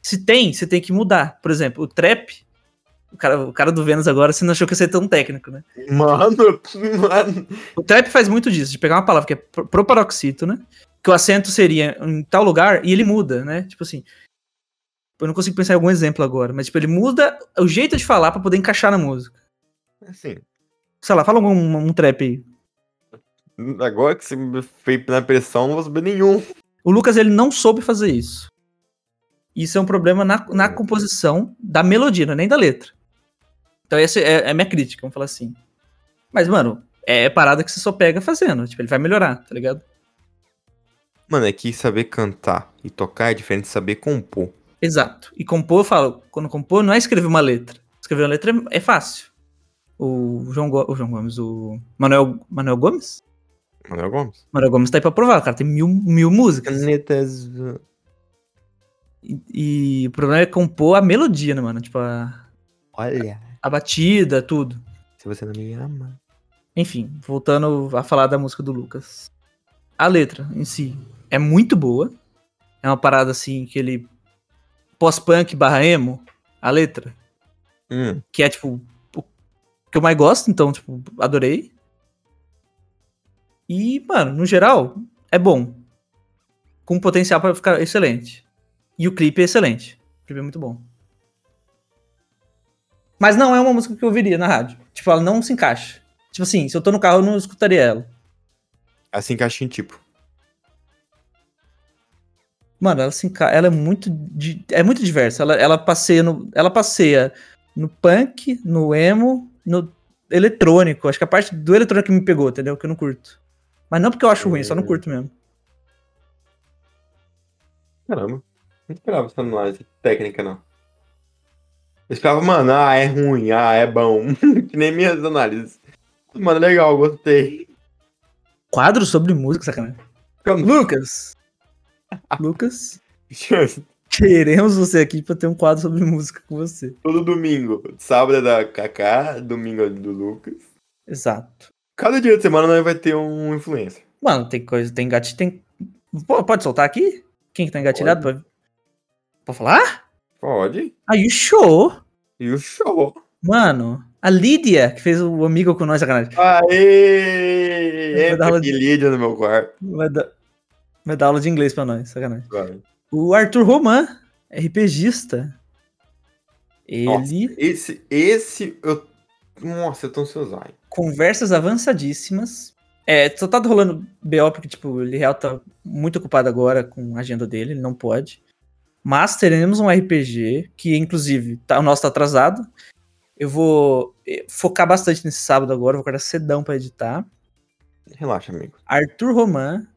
[SPEAKER 1] Se tem, você tem que mudar. Por exemplo, o trap. O cara, o cara do Vênus agora, você não achou que ia ser tão técnico, né?
[SPEAKER 2] Mano, mano.
[SPEAKER 1] O trap faz muito disso, de pegar uma palavra que é pro- proparoxítona, que o acento seria em tal lugar, e ele muda, né? Tipo assim. Eu não consigo pensar em algum exemplo agora, mas tipo, ele muda o jeito de falar pra poder encaixar na música.
[SPEAKER 2] Assim,
[SPEAKER 1] Sei lá, fala um, um trap aí.
[SPEAKER 2] agora que você me fez na pressão, não vou saber nenhum.
[SPEAKER 1] O Lucas, ele não soube fazer isso. Isso é um problema na, na composição da melodia, não é nem da letra. Então, essa é, é a minha crítica, vamos falar assim. Mas, mano, é parada que você só pega fazendo. Tipo, ele vai melhorar, tá ligado?
[SPEAKER 2] Mano, é que saber cantar e tocar é diferente de saber compor.
[SPEAKER 1] Exato. E compor, eu falo, quando compor, não é escrever uma letra. Escrever uma letra é, é fácil. O João, Go- o João Gomes, o Manuel, Manuel Gomes?
[SPEAKER 2] Manuel é, Gomes.
[SPEAKER 1] Manuel Gomes tá aí pra provar, o cara tem mil, mil músicas.
[SPEAKER 2] Canetas.
[SPEAKER 1] E, e o problema é compor a melodia, né, mano? Tipo, a,
[SPEAKER 2] Olha,
[SPEAKER 1] a batida, tudo.
[SPEAKER 2] se você não me ama.
[SPEAKER 1] Enfim, voltando a falar da música do Lucas. A letra em si é muito boa. É uma parada assim que ele pós-punk barra emo, a letra,
[SPEAKER 2] Hum,
[SPEAKER 1] que é, tipo, o que eu mais gosto, então, tipo, adorei. E, mano, no geral, é bom. Com potencial pra ficar excelente. E o clipe é excelente. O clipe é muito bom. Mas não é uma música que eu ouviria na rádio. Tipo, ela não se encaixa. Tipo assim, se eu tô no carro, eu não escutaria ela.
[SPEAKER 2] assim encaixa em tipo.
[SPEAKER 1] Mano, ela, se enca... ela é muito di- é muito diversa. Ela, ela passeia no ela passeia no punk, no emo, no eletrônico. Acho que a parte do eletrônico que me pegou, entendeu? Que eu não curto. Mas não porque eu acho ruim, só não curto mesmo.
[SPEAKER 2] Caramba. Não esperava essa análise técnica, não. Eu esperava, mano, ah, é ruim, ah, é bom. que nem minhas análises. Mano, é legal, gostei.
[SPEAKER 1] Quadro sobre música, sacanagem.
[SPEAKER 2] Calma.
[SPEAKER 1] Lucas. Lucas,
[SPEAKER 2] Chance.
[SPEAKER 1] queremos você aqui pra ter um quadro sobre música com você.
[SPEAKER 2] Todo domingo. Sábado é da Kaká, domingo é do Lucas.
[SPEAKER 1] Exato.
[SPEAKER 2] Cada dia de semana nós vai ter um influencer.
[SPEAKER 1] Mano, tem coisa, tem gatilho, tem Pô, Pode soltar aqui? Quem que tá engatilhado? Pode, Pode falar?
[SPEAKER 2] Pode.
[SPEAKER 1] Aí o show.
[SPEAKER 2] E o show.
[SPEAKER 1] Mano, a Lídia, que fez o amigo com nós, sacanagem. Eu
[SPEAKER 2] Aê!
[SPEAKER 1] vou dar
[SPEAKER 2] Entra
[SPEAKER 1] uma-
[SPEAKER 2] aqui, Lídia, no meu quarto.
[SPEAKER 1] Vai dar, vai dar aula de inglês pra nós, sacanagem.
[SPEAKER 2] Vai.
[SPEAKER 1] O Arthur Roman, RPGista. Ele,
[SPEAKER 2] Nossa. Esse, esse, eu... Nossa, eu tô ansioso. ai.
[SPEAKER 1] conversas avançadíssimas. É, só tá rolando BO porque, tipo, o Real tá muito ocupado agora com a agenda dele, ele não pode. Mas teremos um RPG, que inclusive tá- o nosso tá atrasado. Eu vou eh, focar bastante nesse sábado agora, vou acordar cedão pra editar.
[SPEAKER 2] Relaxa, amigo.
[SPEAKER 1] Arthur Roman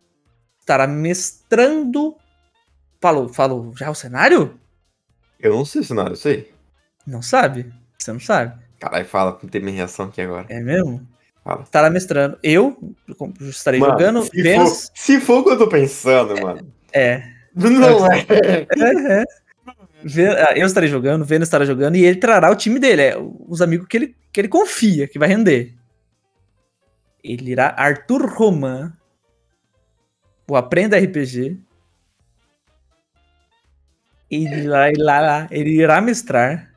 [SPEAKER 1] estará mestrando. Falou, falou, já o cenário?
[SPEAKER 2] Eu não sei se nada, eu sei.
[SPEAKER 1] Não sabe? Você não sabe?
[SPEAKER 2] Caralho, fala, não tem minha reação aqui agora.
[SPEAKER 1] É mesmo?
[SPEAKER 2] Fala.
[SPEAKER 1] Estará mestrando. Eu com- estarei
[SPEAKER 2] Mano,
[SPEAKER 1] jogando.
[SPEAKER 2] se,
[SPEAKER 1] Vênus.
[SPEAKER 2] for, se for o que eu tô pensando, mano.
[SPEAKER 1] É.
[SPEAKER 2] Não é.
[SPEAKER 1] é, é. Vê- ah, Eu estarei jogando, Vênus estará jogando e ele trará o time dele, é, os amigos que ele, que ele confia, que vai render. Ele irá. Arthur Roman, o Aprenda RPG. Ele irá, ele irá, ele irá mestrar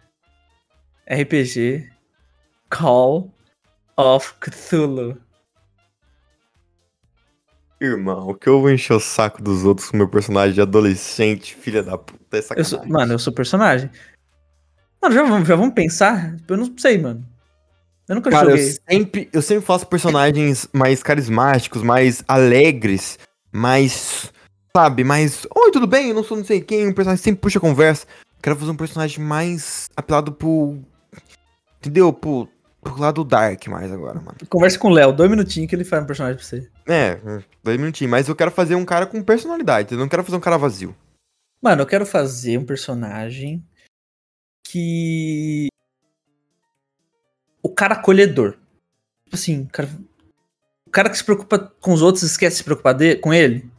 [SPEAKER 1] RPG Call of Cthulhu.
[SPEAKER 2] Irmão, o que eu vou encher o saco dos outros com meu personagem de adolescente, filha da puta, é
[SPEAKER 1] Eu
[SPEAKER 2] sacanagem.
[SPEAKER 1] sou, mano, eu sou personagem. Mano, já vamos, já vamos pensar? Eu não sei, mano. Eu nunca
[SPEAKER 2] Cara, eu
[SPEAKER 1] joguei.
[SPEAKER 2] sempre, eu sempre faço personagens mais carismáticos, mais alegres, mais. Sabe, mais. Oi, tudo bem? Eu não sou não sei quem, um personagem sempre puxa conversa. Quero fazer um personagem mais apelado pro. Entendeu? Pro, pro lado dark mais agora, mano.
[SPEAKER 1] Converse com o Léo, dois minutinhos que ele faz um personagem pra você.
[SPEAKER 2] É, dois minutinhos, mas eu quero fazer um cara com personalidade, eu não quero fazer um cara vazio.
[SPEAKER 1] Mano, eu quero fazer um personagem que. O cara acolhedor. Tipo assim, o cara, o cara que se preocupa com os outros e esquece de se preocupar de- com ele.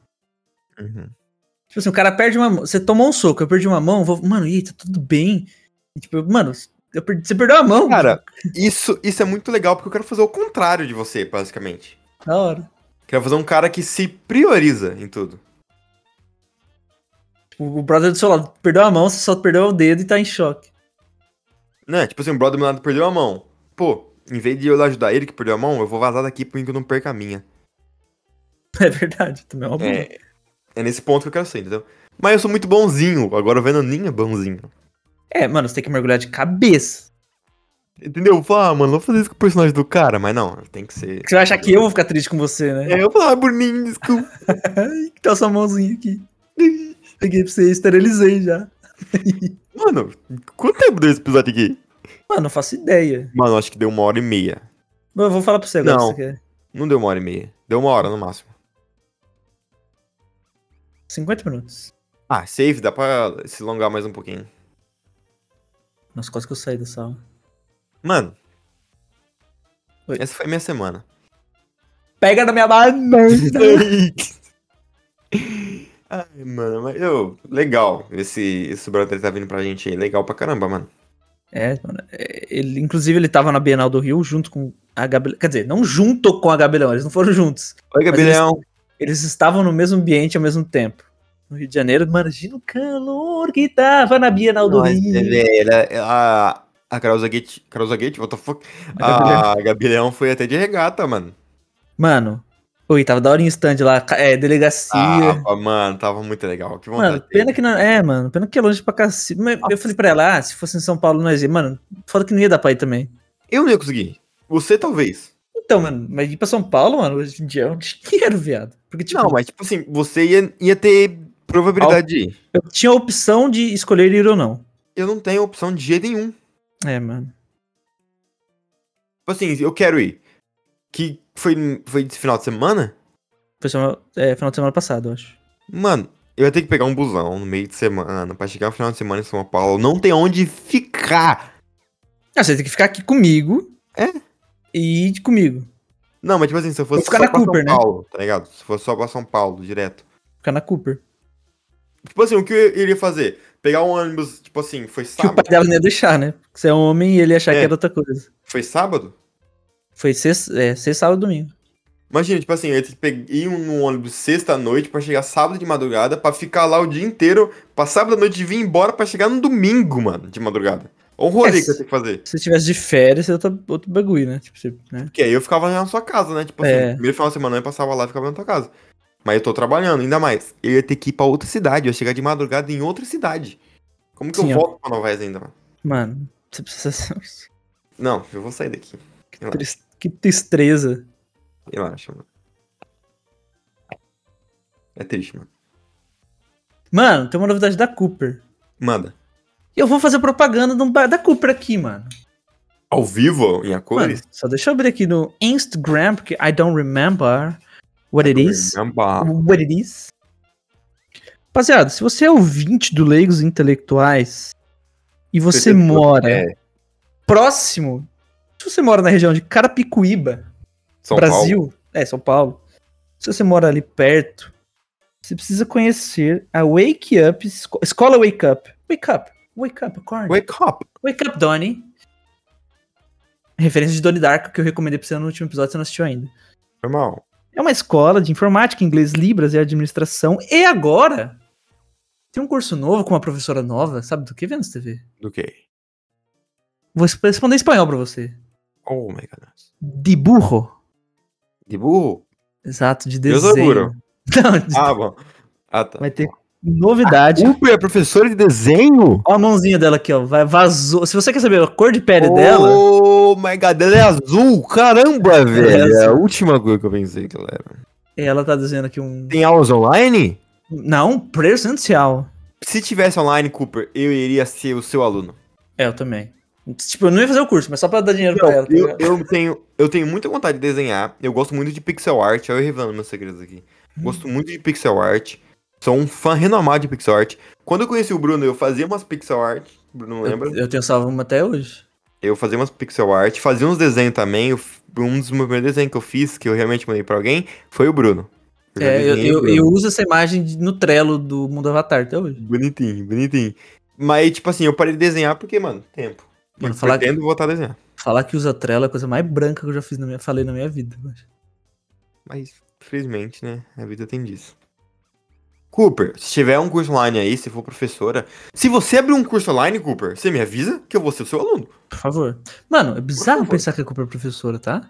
[SPEAKER 1] Tipo assim, o cara perde uma mão. Você tomou um soco, eu perdi uma mão, vou. Mano, e aí, tá tudo bem? E, tipo, mano, eu perdi- você perdeu a mão.
[SPEAKER 2] Cara, isso, isso é muito legal porque eu quero fazer o contrário de você, basicamente.
[SPEAKER 1] da hora.
[SPEAKER 2] Quero fazer um cara que se prioriza em tudo.
[SPEAKER 1] Tipo, o brother do seu lado perdeu a mão, você só perdeu o dedo e tá em choque.
[SPEAKER 2] Né? Tipo assim, o brother do meu lado perdeu a mão. Pô, em vez de eu lá ajudar ele que perdeu a mão, eu vou vazar daqui pra mim que eu não perca a minha.
[SPEAKER 1] É verdade, também é uma boa.
[SPEAKER 2] É, é nesse ponto que eu quero ser, entendeu? Mas eu sou muito bonzinho, agora o Venoninho é bonzinho.
[SPEAKER 1] É, mano, você tem que mergulhar de cabeça.
[SPEAKER 2] Entendeu? Eu falo, ah, mano, vou fazer isso com o personagem do cara, mas não, tem que ser.
[SPEAKER 1] Porque você vai achar que eu vou ficar triste com você, né?
[SPEAKER 2] É, eu falo, ah, Bruninho, desculpa.
[SPEAKER 1] Tá sua mãozinha aqui. Peguei pra você, esterilizei já.
[SPEAKER 2] Mano, quanto tempo deu esse episódio aqui?
[SPEAKER 1] Mano, não faço ideia.
[SPEAKER 2] Mano, acho que deu uma hora e meia.
[SPEAKER 1] Mas eu vou falar pra você agora
[SPEAKER 2] Não.
[SPEAKER 1] se você quer.
[SPEAKER 2] Não deu uma hora e meia. Deu uma hora no máximo.
[SPEAKER 1] 50 minutos.
[SPEAKER 2] Ah, save, dá pra se alongar mais um pouquinho.
[SPEAKER 1] Nossa, quase que eu saí da sala.
[SPEAKER 2] Mano.
[SPEAKER 1] Oi.
[SPEAKER 2] Essa foi a minha semana.
[SPEAKER 1] Pega na minha mão!
[SPEAKER 2] Ai, mano, mas eu. Legal. Esse, esse brother tá vindo pra gente aí. Legal pra caramba, mano.
[SPEAKER 1] É, mano. é, Ele, inclusive, ele tava na Bienal do Rio junto com a Gabriel. Quer dizer, não junto com a Gabriel, eles não foram juntos.
[SPEAKER 2] Oi, Gabriel.
[SPEAKER 1] Eles estavam no mesmo ambiente ao mesmo tempo. no Rio de Janeiro. Imagina o calor que tava na Bienal do
[SPEAKER 2] Nossa,
[SPEAKER 1] Rio.
[SPEAKER 2] velho, é, a, a Carol Zaguete, Carol Zaguete, what the fuck? Ah,
[SPEAKER 1] A
[SPEAKER 2] A, Gabi Leão foi até de regata, mano.
[SPEAKER 1] Mano, oi, tava da hora em stand lá, ca- é, delegacia.
[SPEAKER 2] Tava, mano, tava muito legal. Que vontade.
[SPEAKER 1] mano, pena que não. É, mano, pena que é longe pra cacete. Mas eu falei pra ela, ah, se fosse em São Paulo, nós ia. Mano, foda que não ia dar pra ir também.
[SPEAKER 2] Eu não ia conseguir. Você talvez.
[SPEAKER 1] Então, mano, mas ir pra São Paulo, mano, hoje em dia é um dinheiro, viado. Porque, tipo,
[SPEAKER 2] não, mas tipo assim, você ia, ia ter probabilidade de ir.
[SPEAKER 1] eu tinha a opção de escolher ir ou não.
[SPEAKER 2] Eu não tenho opção de jeito nenhum.
[SPEAKER 1] É, mano.
[SPEAKER 2] Tipo assim, eu quero ir. Que foi, foi esse final de semana?
[SPEAKER 1] Foi semana- é, final de semana passado, eu acho.
[SPEAKER 2] Mano, eu ia ter que pegar um busão no meio de semana pra chegar no final de semana em São Paulo. Não tem onde ficar.
[SPEAKER 1] Ah, você tem que ficar aqui comigo.
[SPEAKER 2] É?
[SPEAKER 1] E ir comigo.
[SPEAKER 2] Não, mas tipo assim, se eu fosse
[SPEAKER 1] ficar
[SPEAKER 2] só
[SPEAKER 1] na
[SPEAKER 2] pra
[SPEAKER 1] Cooper, né?
[SPEAKER 2] São Paulo, tá ligado? Se fosse só pra São Paulo, direto.
[SPEAKER 1] Ficar na Cooper.
[SPEAKER 2] Tipo assim, o que eu iria fazer? Pegar um ônibus, tipo assim, foi
[SPEAKER 1] Que o pai
[SPEAKER 2] sábado?
[SPEAKER 1] dela não ia deixar, né? Porque você é um homem e ele ia achar
[SPEAKER 2] É.
[SPEAKER 1] que era outra coisa.
[SPEAKER 2] Foi sábado?
[SPEAKER 1] Foi sexta, é, sexta sábado e domingo.
[SPEAKER 2] Imagina, tipo assim, eu ia ter que pe- ir num ônibus sexta-noite pra chegar sábado de madrugada, pra ficar lá o dia inteiro, pra sábado à noite vir embora pra chegar no domingo, mano, de madrugada. Olha o rolê
[SPEAKER 1] É,
[SPEAKER 2] que eu ia ter que fazer.
[SPEAKER 1] Se você tivesse de férias, seria outro, outro bagulho, né? Tipo, você, né?
[SPEAKER 2] Porque aí eu ficava na sua casa, né? Tipo assim,
[SPEAKER 1] É.
[SPEAKER 2] primeiro final de semana eu passava lá e ficava na tua casa. Mas eu tô trabalhando, ainda mais. Eu ia ter que ir pra outra cidade, eu ia chegar de madrugada em outra cidade. Como que
[SPEAKER 1] Sim, ó.
[SPEAKER 2] eu volto pra Novaes ainda, mano?
[SPEAKER 1] Mano, você precisa.
[SPEAKER 2] Não, eu vou sair daqui.
[SPEAKER 1] que, tris- que tristeza.
[SPEAKER 2] Relaxa, mano. É triste, mano.
[SPEAKER 1] Mano, tem uma novidade da Cooper.
[SPEAKER 2] Manda.
[SPEAKER 1] Eu vou fazer propaganda de um bar da Cooper aqui, mano.
[SPEAKER 2] Ao vivo, em Acores?
[SPEAKER 1] Mano, só deixa eu abrir aqui no Instagram, porque I don't remember what it is.
[SPEAKER 2] Caramba.
[SPEAKER 1] What it is. Rapaziada, se você é ouvinte do Leigos Intelectuais e você
[SPEAKER 2] Prefeitura,
[SPEAKER 1] mora
[SPEAKER 2] é,
[SPEAKER 1] próximo, se você mora na região de Carapicuíba,
[SPEAKER 2] São
[SPEAKER 1] Brasil, é, São Paulo, se você mora ali perto, você precisa conhecer a Wake Up, Esco- Escola Wake Up. Wake Up, Wake Up, acorda.
[SPEAKER 2] Paulo. Wake up.
[SPEAKER 1] Wake Up, Donnie. Referência de Donnie Darko que eu recomendei pra você no último episódio, você não assistiu ainda.
[SPEAKER 2] Foi mal.
[SPEAKER 1] É uma escola de informática, inglês, libras e administração. E agora tem um curso novo com uma professora nova, sabe do que vendo TV?
[SPEAKER 2] Do que?
[SPEAKER 1] Vou exp- responder em espanhol pra você.
[SPEAKER 2] Oh my goodness.
[SPEAKER 1] De burro.
[SPEAKER 2] De burro?
[SPEAKER 1] Exato, de
[SPEAKER 2] Deus
[SPEAKER 1] desenho.
[SPEAKER 2] seguro.
[SPEAKER 1] Não, de-
[SPEAKER 2] Ah, bom. Ah, tá.
[SPEAKER 1] vai ter novidade.
[SPEAKER 2] Uber é professora de desenho?
[SPEAKER 1] Ó a mãozinha dela aqui, ó. Vai, vazou. Se você quer saber a cor de pele dela,
[SPEAKER 2] Oh my god, ela é azul, caramba, velho.
[SPEAKER 1] azul.
[SPEAKER 2] É a última coisa que eu pensei, galera.
[SPEAKER 1] ela tá desenhando aqui um.
[SPEAKER 2] Tem aulas online?
[SPEAKER 1] Não, um presencial.
[SPEAKER 2] Se tivesse online, Cooper, eu iria ser o seu aluno.
[SPEAKER 1] É, eu também. Tipo, eu não ia fazer o curso, mas só pra dar dinheiro pra ela. tá
[SPEAKER 2] eu,
[SPEAKER 1] ligado?
[SPEAKER 2] eu tenho, eu tenho muita vontade de desenhar. Eu gosto muito de pixel art. Olha eu revelando meus segredos aqui. Gosto muito de pixel art. Sou um fã renomado de pixel art. Quando eu conheci o Bruno, eu fazia umas pixel art. O Bruno lembra?
[SPEAKER 1] Eu, eu tenho salvo uma até hoje.
[SPEAKER 2] Eu fazia umas pixel art, fazia uns desenhos também. eu f- um dos meus primeiros desenhos que eu fiz, que eu realmente mandei pra alguém, foi o Bruno. já
[SPEAKER 1] É, eu,
[SPEAKER 2] desenhei o
[SPEAKER 1] eu,
[SPEAKER 2] Bruno.
[SPEAKER 1] eu uso essa imagem de- no Trello do Mundo Avatar até hoje.
[SPEAKER 2] Bonitinho, bonitinho. Mas, tipo assim, eu parei de desenhar porque, mano, tempo.
[SPEAKER 1] Mano,
[SPEAKER 2] eu
[SPEAKER 1] falar-
[SPEAKER 2] pretendo voltar a desenhar.
[SPEAKER 1] Falar que usa Trello é a coisa mais branca que eu já fiz na minha, falei na minha vida. mas-
[SPEAKER 2] Mas, felizmente, né? A vida tem disso. Cooper, se tiver um curso online aí, se for professora. Se você abrir um curso online, Cooper, você me avisa que eu vou ser o seu aluno.
[SPEAKER 1] Por favor. Mano, é bizarro
[SPEAKER 2] favor.
[SPEAKER 1] pensar que a culpa é professora, tá?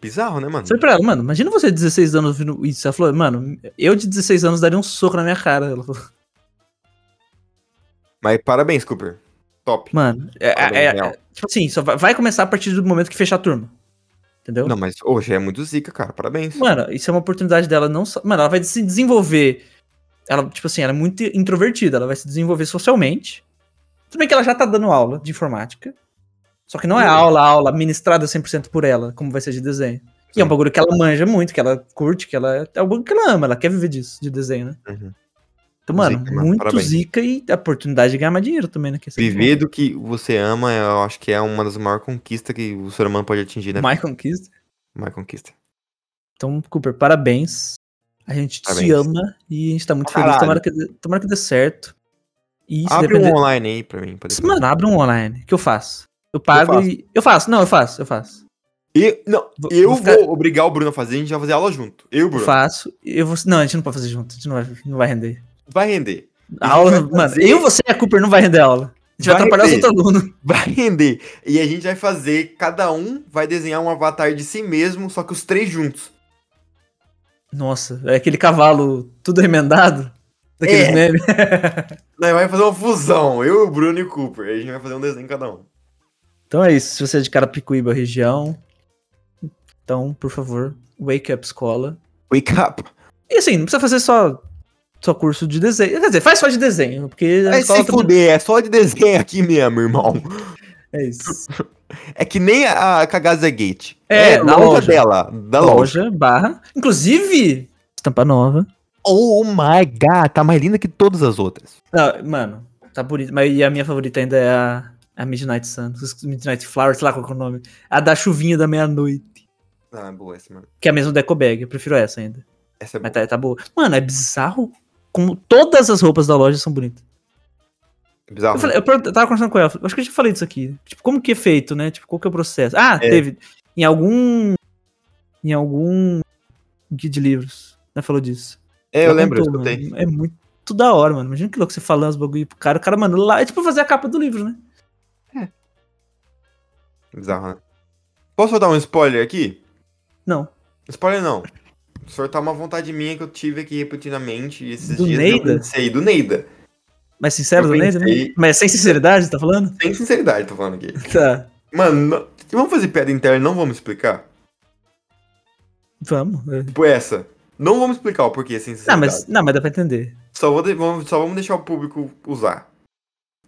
[SPEAKER 2] Bizarro, né, mano?
[SPEAKER 1] Eu Falei pra ela, mano, imagina você de 16 anos ouvindo isso. Ela falou, mano, eu de 16 anos daria um soco na minha cara. Ela falou,
[SPEAKER 2] Mas parabéns, Cooper. Top.
[SPEAKER 1] mano, é,
[SPEAKER 2] Parabéns,
[SPEAKER 1] é- é-
[SPEAKER 2] real.
[SPEAKER 1] tipo assim, só vai, vai começar a partir do momento que fechar a turma. Entendeu?
[SPEAKER 2] Não, mas hoje é muito zica, cara. Parabéns.
[SPEAKER 1] Mano, isso é uma oportunidade dela não só. Mano, ela vai se desenvolver. Ela, tipo assim, ela é muito introvertida, ela vai se desenvolver socialmente. Tudo bem que ela já tá dando aula de informática. Só que não é
[SPEAKER 2] Sim.
[SPEAKER 1] aula, aula ministrada 100% por ela, como vai ser de desenho. E é um
[SPEAKER 2] Sim.
[SPEAKER 1] bagulho que ela manja muito, que ela curte, que ela. É um bagulho que ela ama, ela quer viver disso, de desenho, né?
[SPEAKER 2] Uhum.
[SPEAKER 1] Então, mano,
[SPEAKER 2] Zica, mano,
[SPEAKER 1] muito
[SPEAKER 2] parabéns.
[SPEAKER 1] zica e a oportunidade de ganhar mais dinheiro também, né? Que é sempre
[SPEAKER 2] Viver do que você ama, eu acho que é uma das maiores conquistas que o ser humano pode atingir,
[SPEAKER 1] bom.
[SPEAKER 2] né?
[SPEAKER 1] mais conquista.
[SPEAKER 2] Maior conquista.
[SPEAKER 1] Então, Cooper, parabéns. A gente
[SPEAKER 2] Parabéns.
[SPEAKER 1] te ama e a gente tá muito feliz.
[SPEAKER 2] Caralho.
[SPEAKER 1] Tomara que, dê- tomara que dê certo. E se
[SPEAKER 2] Abre
[SPEAKER 1] depender-
[SPEAKER 2] um online aí pra mim. Pra depois.
[SPEAKER 1] Mano, abre um online. Que eu faço. Eu pago
[SPEAKER 2] faço.
[SPEAKER 1] e. Eu faço, não, eu faço, eu faço.
[SPEAKER 2] E, não,
[SPEAKER 1] Vou-
[SPEAKER 2] eu
[SPEAKER 1] vou
[SPEAKER 2] vou,
[SPEAKER 1] ficar-
[SPEAKER 2] obrigar o Bruno a fazer, a gente vai fazer aula junto. Eu, e o
[SPEAKER 1] Eu
[SPEAKER 2] Bruno.
[SPEAKER 1] faço. Eu vou. Não, a gente não pode fazer junto. A gente não vai, não vai render.
[SPEAKER 2] Vai render.
[SPEAKER 1] A aula,
[SPEAKER 2] vai
[SPEAKER 1] mano,
[SPEAKER 2] fazer-
[SPEAKER 1] eu, você e a Cooper não vai render aula. A gente vai,
[SPEAKER 2] Vai
[SPEAKER 1] atrapalhar os
[SPEAKER 2] render.
[SPEAKER 1] outros alunos.
[SPEAKER 2] Vai render. E a gente vai fazer, cada um vai desenhar um avatar de si mesmo, só que os três juntos.
[SPEAKER 1] Nossa, é aquele cavalo tudo remendado. Daqueles
[SPEAKER 2] É.
[SPEAKER 1] memes.
[SPEAKER 2] Nós vai fazer uma fusão, eu, o Bruno e o Cooper. Aí a gente vai fazer um desenho cada um.
[SPEAKER 1] Então é isso. Se você é de Carapicuíba, região. Então, por favor, Wake Up Escola.
[SPEAKER 2] Wake up.
[SPEAKER 1] E assim, não precisa fazer só, só curso de desenho. Quer dizer, faz só de desenho, porque a
[SPEAKER 2] Vai
[SPEAKER 1] escola
[SPEAKER 2] se
[SPEAKER 1] também-
[SPEAKER 2] fuder, é só de desenho aqui mesmo, irmão.
[SPEAKER 1] É isso.
[SPEAKER 2] É que nem a, a Kagaza Gate.
[SPEAKER 1] É, da
[SPEAKER 2] loja,
[SPEAKER 1] loja.
[SPEAKER 2] dela, da loja.
[SPEAKER 1] Loja, barra. Inclusive, estampa nova.
[SPEAKER 2] Oh my god, tá mais linda que todas as outras.
[SPEAKER 1] Ah, mano, tá bonito. Mas e a minha favorita ainda é a, a Midnight Sun. os Midnight Flower, sei lá qual que é o nome. A da chuvinha da meia-noite.
[SPEAKER 2] Ah, é boa essa, mano.
[SPEAKER 1] Que é a mesma Deco Bag. Eu prefiro essa ainda.
[SPEAKER 2] Essa é boa.
[SPEAKER 1] Mas tá, tá boa. Mano, é bizarro como todas as roupas da loja são bonitas.
[SPEAKER 2] Bizarro.
[SPEAKER 1] Eu, falei- eu per- eu tava conversando com ela, acho que eu já falei disso aqui. Tipo, como que é feito, né? Tipo, qual que é o processo? Ah,
[SPEAKER 2] É.
[SPEAKER 1] teve. Em algum. Em algum. Guia de livros. Né, falou disso.
[SPEAKER 2] é, eu
[SPEAKER 1] Ela
[SPEAKER 2] lembro, eu
[SPEAKER 1] contou,
[SPEAKER 2] escutei.
[SPEAKER 1] mano. É muito da hora, mano. Imagina que louco você falando os bagulho pro cara. O cara, mano, lá é tipo fazer a capa do livro, né?
[SPEAKER 2] Bizarro, né? Posso soltar um spoiler aqui?
[SPEAKER 1] Não.
[SPEAKER 2] Spoiler não. Soltar uma vontade minha que eu tive aqui repentinamente esses
[SPEAKER 1] Do
[SPEAKER 2] dias.
[SPEAKER 1] Neida?
[SPEAKER 2] Eu pensei, do Neida.
[SPEAKER 1] Mas sincero
[SPEAKER 2] Eu
[SPEAKER 1] também?
[SPEAKER 2] pensei-
[SPEAKER 1] né? Mas sem sinceridade, tá falando?
[SPEAKER 2] Sem sinceridade, tô falando aqui.
[SPEAKER 1] Tá.
[SPEAKER 2] Mano, não- vamos fazer piada interna e não vamos explicar?
[SPEAKER 1] Vamos. é.
[SPEAKER 2] Tipo essa. Não vamos explicar o porquê, sem
[SPEAKER 1] Não,
[SPEAKER 2] sinceridade.
[SPEAKER 1] mas, não, mas dá pra entender.
[SPEAKER 2] Só, vou de- vamos, só vamos deixar o público usar.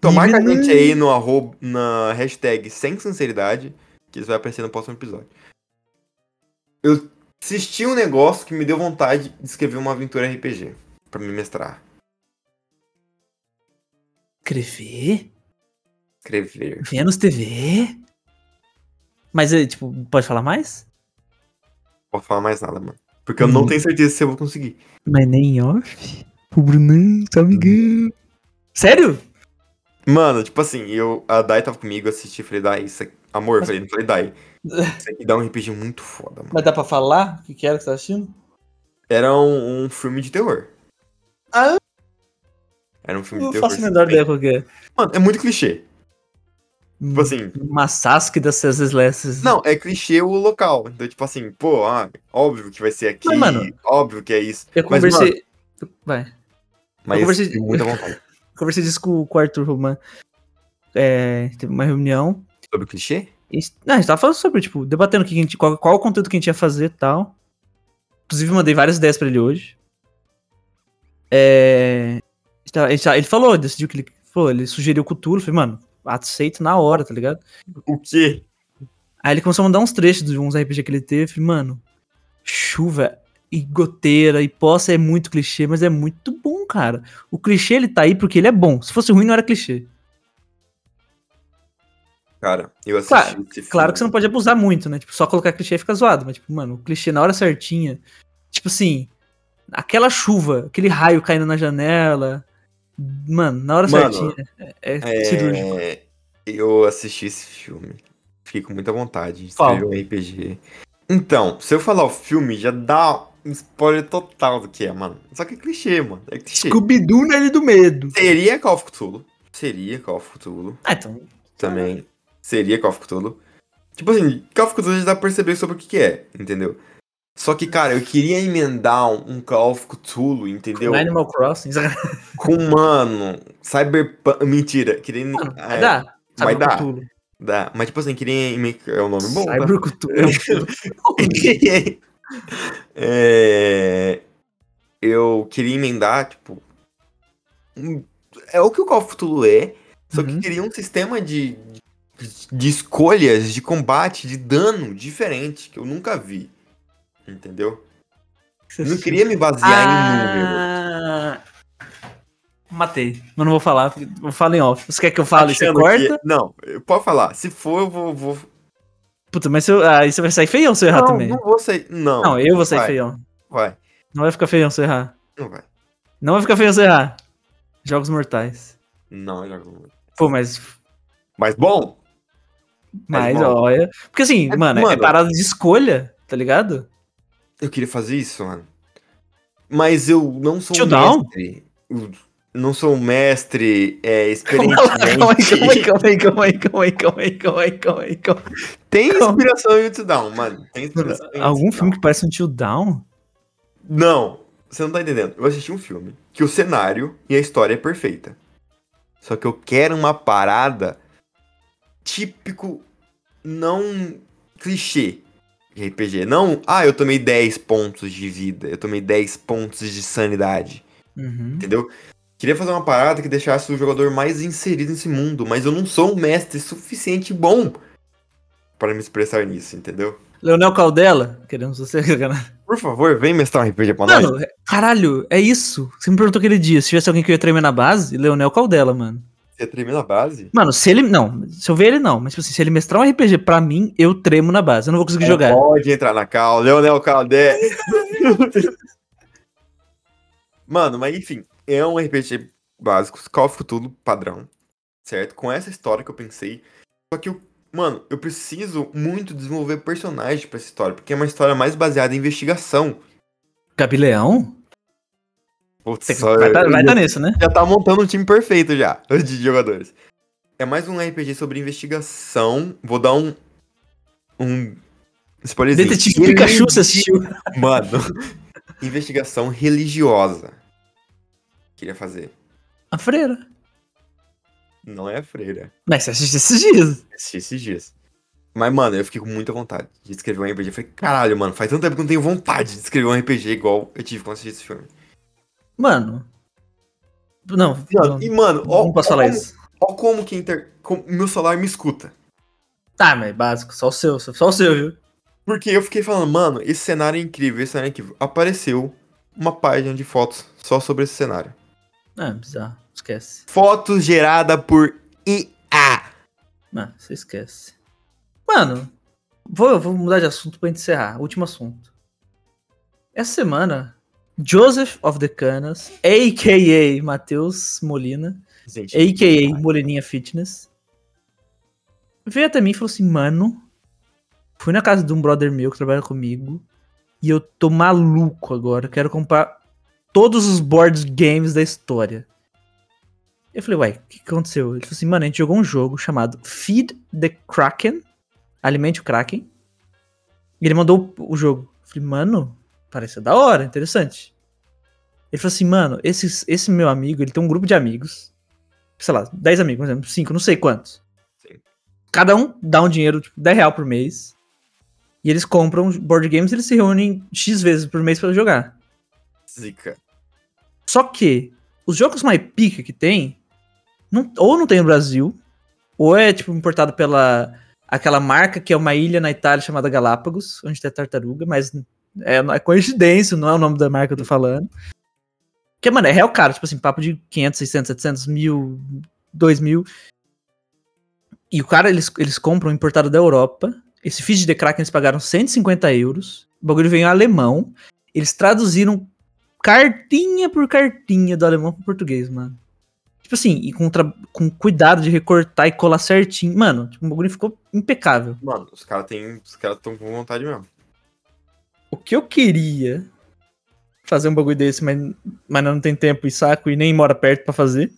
[SPEAKER 2] Tomar com a
[SPEAKER 1] Diminui.
[SPEAKER 2] gente aí no arroba, na hashtag sem sinceridade, que isso vai aparecer no próximo episódio. Eu assisti um negócio que me deu vontade de escrever uma aventura RPG pra me mestrar.
[SPEAKER 1] Escrever?
[SPEAKER 2] Escrever.
[SPEAKER 1] Vênus TV? Mas, é, tipo, pode falar mais?
[SPEAKER 2] Não posso falar mais nada, mano. Porque eu não
[SPEAKER 1] Hum.
[SPEAKER 2] tenho certeza se eu vou conseguir.
[SPEAKER 1] Mas nem em off? O Brunão, tá seu
[SPEAKER 2] Uhum.
[SPEAKER 1] amigão. Sério?
[SPEAKER 2] Mano, tipo assim, eu, a Dai tava comigo, eu assisti e falei, Dai, isso aqui, amor, eu falei, não falei, Dai, isso aqui dá um RPG muito foda, mano.
[SPEAKER 1] Mas dá pra falar o que, que era que você tá assistindo?
[SPEAKER 2] Era um, um filme de terror.
[SPEAKER 1] Ah.
[SPEAKER 2] Era um filme
[SPEAKER 1] Não
[SPEAKER 2] de terror.
[SPEAKER 1] faço a menor
[SPEAKER 2] assim.
[SPEAKER 1] ideia qual que é. Hum.
[SPEAKER 2] Mano, é muito clichê. Tipo assim,
[SPEAKER 1] Uma Sasuke das Seus Lesses.
[SPEAKER 2] não, é clichê o local. Então, tipo assim, pô, ah, óbvio que vai ser aqui,
[SPEAKER 1] Mas, mano,
[SPEAKER 2] óbvio que é isso.
[SPEAKER 1] Eu
[SPEAKER 2] Mas,
[SPEAKER 1] conversei. Vai.
[SPEAKER 2] Mas
[SPEAKER 1] conversei-
[SPEAKER 2] tenho muita vontade.
[SPEAKER 1] Conversei disso com, com o Arthur Roman. É, teve uma reunião.
[SPEAKER 2] Sobre clichê?
[SPEAKER 1] E, não, a gente tava falando sobre, tipo, debatendo o que que a gente, qual, qual o conteúdo que a gente ia fazer e tal. Inclusive, mandei várias ideias pra ele hoje. É, a gente tava- a gente tava- ele falou, decidiu que ele. Falou, ele sugeriu o Cthulhu. Falei, mano, aceito na hora, tá ligado?
[SPEAKER 2] O quê?
[SPEAKER 1] Aí ele começou a mandar uns trechos de uns RPG que ele teve. Falei, mano, chuva e goteira e poça é muito clichê, mas é muito bom, cara. O clichê ele tá aí porque ele é bom. Se fosse ruim, não era clichê.
[SPEAKER 2] Cara, eu assisti
[SPEAKER 1] Claro-
[SPEAKER 2] esse filme.
[SPEAKER 1] Claro que você não pode abusar muito, né? Tipo, só colocar clichê fica zoado, mas, tipo, mano, o clichê na hora certinha. Tipo assim, aquela chuva, aquele raio caindo na janela. Mano, na hora
[SPEAKER 2] Mano,
[SPEAKER 1] certinha. É, é cirúrgico.
[SPEAKER 2] É, eu assisti esse filme. Fiquei com muita vontade de
[SPEAKER 1] Qual?
[SPEAKER 2] escrever um RPG. Então, se eu falar o filme, já dá um spoiler total do que é, mano. Só que é clichê, mano. É clichê.
[SPEAKER 1] Scooby-Doo na Ilha do Medo.
[SPEAKER 2] Seria Call of Cthulhu. Seria Call of Cthulhu
[SPEAKER 1] Ah, então.
[SPEAKER 2] também. Seria Call of Cthulhu. Tipo assim, Call of Cthulhu já dá pra perceber sobre o que, que é, entendeu? Só que, cara, eu queria emendar um, um Call of Cthulhu, entendeu?
[SPEAKER 1] Animal Crossing.
[SPEAKER 2] Com, mano, Cyberpunk... Mentira, queria...
[SPEAKER 1] Vai
[SPEAKER 2] é,
[SPEAKER 1] dar.
[SPEAKER 2] vai dar.
[SPEAKER 1] Cthulhu.
[SPEAKER 2] dá. Mas, tipo assim, queria... eme- É um nome bom, tá?
[SPEAKER 1] Cyber Cthulhu. um
[SPEAKER 2] É, Eu queria emendar, tipo. um- É o que o Call of Cthulhu é, só que
[SPEAKER 1] Uhum.
[SPEAKER 2] queria um sistema de, de, de escolhas, de combate, de dano diferente, que eu nunca vi. Entendeu? Não queria me basear em número.
[SPEAKER 1] ah, Matei. Mas não vou falar. porque Eu falo em off. Você quer que eu fale e você
[SPEAKER 2] Achando que-
[SPEAKER 1] corta?
[SPEAKER 2] Não, pode falar. Se for, eu vou. vou...
[SPEAKER 1] Puta, mas se eu- aí você vai sair feião se eu errar
[SPEAKER 2] Não,
[SPEAKER 1] Ah, também.
[SPEAKER 2] não vou sair. Não,
[SPEAKER 1] Não, eu vou sair
[SPEAKER 2] vai.
[SPEAKER 1] feião.
[SPEAKER 2] Vai,
[SPEAKER 1] Não vai ficar feião se eu errar.
[SPEAKER 2] não vai.
[SPEAKER 1] Não vai ficar feião se eu errar. Jogos Mortais.
[SPEAKER 2] Não, eu jogo.
[SPEAKER 1] Pô, mas.
[SPEAKER 2] Mas bom,
[SPEAKER 1] Mas,
[SPEAKER 2] bom.
[SPEAKER 1] olha. Porque assim,
[SPEAKER 2] É,
[SPEAKER 1] mano, é
[SPEAKER 2] mano.
[SPEAKER 1] parada de escolha, tá ligado?
[SPEAKER 2] Eu queria fazer isso, mano. Mas eu não sou um
[SPEAKER 1] Tio Down?
[SPEAKER 2] mestre. Não sou um mestre é,
[SPEAKER 1] Calma
[SPEAKER 2] experiente.
[SPEAKER 1] lá, calma aí, calma aí, calma aí, calma aí, calma aí, calma aí, calma aí, calma aí, calma aí.
[SPEAKER 2] Tem
[SPEAKER 1] calma.
[SPEAKER 2] inspiração em Until Down, mano. Tem inspiração em
[SPEAKER 1] Algum
[SPEAKER 2] Until
[SPEAKER 1] filme que parece um Till Down?
[SPEAKER 2] Não, você não tá entendendo. Eu assisti um filme que o cenário e a história é perfeita. Só que eu quero uma parada típico, não clichê de RPG. Não, ah, eu tomei 10 pontos de vida, eu tomei 10 pontos de sanidade,
[SPEAKER 1] Uhum.
[SPEAKER 2] entendeu? Queria fazer uma parada que deixasse o jogador mais inserido nesse mundo, mas eu não sou um mestre suficiente bom para me expressar nisso, entendeu?
[SPEAKER 1] Leonel Caldela? Queremos você.
[SPEAKER 2] Por favor, vem mestrar um RPG pra nós.
[SPEAKER 1] Mano, é- caralho, é isso. Você me perguntou aquele dia, se tivesse alguém que eu ia tremer na base, Leonel Caldela, mano.
[SPEAKER 2] Você tremendo a base?
[SPEAKER 1] Mano, se ele. Não, se eu ver ele não, mas tipo assim, se ele mestrar um RPG pra mim, eu tremo na base. Eu não vou conseguir
[SPEAKER 2] Não
[SPEAKER 1] jogar.
[SPEAKER 2] Pode entrar na cal, Leonel Caldé. Mano, mas enfim, é um RPG básico, Call of Cthulhu padrão, certo? Com essa história que eu pensei. Só que, eu, mano, eu preciso muito desenvolver personagem pra essa história, porque é uma história mais baseada em investigação.
[SPEAKER 1] Gabi Leão?
[SPEAKER 2] Putz,
[SPEAKER 1] Tem-
[SPEAKER 2] só-
[SPEAKER 1] Vai tá, vai tá nisso, né?
[SPEAKER 2] já tá montando um time perfeito já, de jogadores. É mais um RPG sobre investigação. Vou dar um. Um. spoilerzinho.
[SPEAKER 1] Detetive Pikachu, você assistiu?
[SPEAKER 2] Mano, investigação religiosa. Queria fazer.
[SPEAKER 1] A freira.
[SPEAKER 2] Não é a freira.
[SPEAKER 1] Mas você assiste esses dias.
[SPEAKER 2] Assisti esses dias. Mas, mano, eu fiquei com muita vontade de escrever um RPG. Eu falei, caralho, mano, faz tanto tempo que eu não tenho vontade de escrever um RPG igual eu tive quando assisti esse filme.
[SPEAKER 1] Mano. Não, não,
[SPEAKER 2] Mano, e, mano, ó,
[SPEAKER 1] não posso
[SPEAKER 2] ó
[SPEAKER 1] falar
[SPEAKER 2] como,
[SPEAKER 1] isso.
[SPEAKER 2] ó como que inter... como meu celular me escuta.
[SPEAKER 1] Tá, mas é básico, só o seu, só o seu, viu?
[SPEAKER 2] Porque eu fiquei falando, mano, esse cenário é incrível, esse cenário é incrível. Apareceu uma página de fotos só sobre esse cenário.
[SPEAKER 1] Ah, bizarro, esquece.
[SPEAKER 2] Fotos gerada por IA.
[SPEAKER 1] Mano, você esquece. Mano, vou, vou mudar de assunto pra gente encerrar. Último assunto. Essa semana, Joseph of the Canas, a.k.a. Matheus Molina,
[SPEAKER 2] Gente,
[SPEAKER 1] a.k.a. Molininha Fitness, veio até mim e falou assim, mano, fui na casa de um brother meu que trabalha comigo e eu tô maluco agora, eu quero comprar todos os board games da história. Eu falei, uai, o que que aconteceu? Ele falou assim, mano, a gente jogou um jogo chamado Feed the Kraken, Alimente o Kraken, e ele mandou o o jogo. Eu falei, mano, parece da hora, interessante. Ele falou assim, mano, esse, esse meu amigo, ele tem um grupo de amigos sei lá, 10 amigos, por exemplo, 5, não sei quantos.
[SPEAKER 2] Sim.
[SPEAKER 1] Cada um dá um dinheiro, tipo, 10 real por mês. E eles compram board games e eles se reúnem X vezes por mês pra jogar.
[SPEAKER 2] zica.
[SPEAKER 1] Só que os jogos mais pica que tem, não- ou não tem no Brasil, ou é tipo importado pela aquela marca que é uma ilha na Itália chamada Galápagos, onde tem a tartaruga, mas é, não é coincidência, não é o nome da marca que eu tô falando. Que, mano, é real caro, tipo assim, papo de 500, 600, 700, mil, 2 mil. E o cara, eles, eles compram importado da Europa. Esse feed de Kraken eles pagaram 150 euros. O bagulho veio em alemão. Eles traduziram cartinha por cartinha do alemão pro português, mano. Tipo assim, e com, tra- com cuidado de recortar e colar certinho. Mano, tipo, o bagulho ficou impecável.
[SPEAKER 2] Mano, os caras têm. Os caras estão com vontade mesmo.
[SPEAKER 1] O que eu queria fazer um bagulho desse, mas, mas não tem tempo e saco e nem mora perto pra fazer.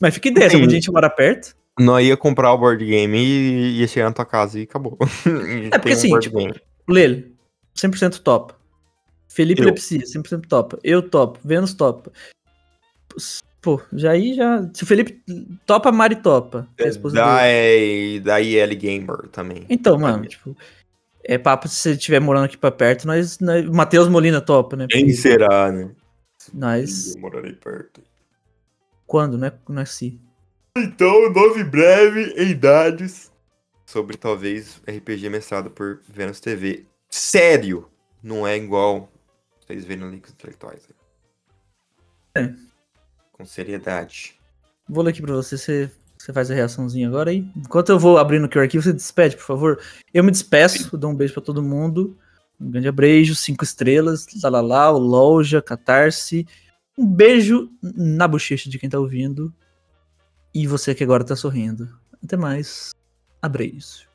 [SPEAKER 1] Mas fica ideia, se algum
[SPEAKER 2] Sim.
[SPEAKER 1] dia a gente mora perto.
[SPEAKER 2] Não ia comprar o board game e ia chegar na tua casa e um acabou.
[SPEAKER 1] É porque assim, tipo, Lele, 100% topa. Felipe
[SPEAKER 2] Eu.
[SPEAKER 1] Lepsia, 100% topa. Eu topo, Vênus topa. Pô, já aí já. Se o Felipe topa, a Mari topa. a esposa dele.
[SPEAKER 2] da, é, da IL Gamer também.
[SPEAKER 1] Então, mano, tipo, é papo se você estiver morando aqui pra perto, nós. nós Matheus Molina topa, né?
[SPEAKER 2] Quem será, né?
[SPEAKER 1] Nós.
[SPEAKER 2] Eu morarei perto.
[SPEAKER 1] Quando, né? Nasci.
[SPEAKER 2] Então, nove breve em idades. Sobre talvez RPG mestrado por Venus TV. Sério! Não é igual vocês verem no Links Intelectuais. né?
[SPEAKER 1] É.
[SPEAKER 2] Com seriedade.
[SPEAKER 1] Vou ler aqui pra você, você, você faz a reaçãozinha agora aí. Enquanto eu vou abrindo aqui o arquivo, você despede, por favor. Eu me despeço, dou um beijo pra todo mundo. Um grande abraço, cinco estrelas, lalala, o loja, catarse. Um beijo na bochecha de quem tá ouvindo. E você que agora tá sorrindo. Até mais. Abraço.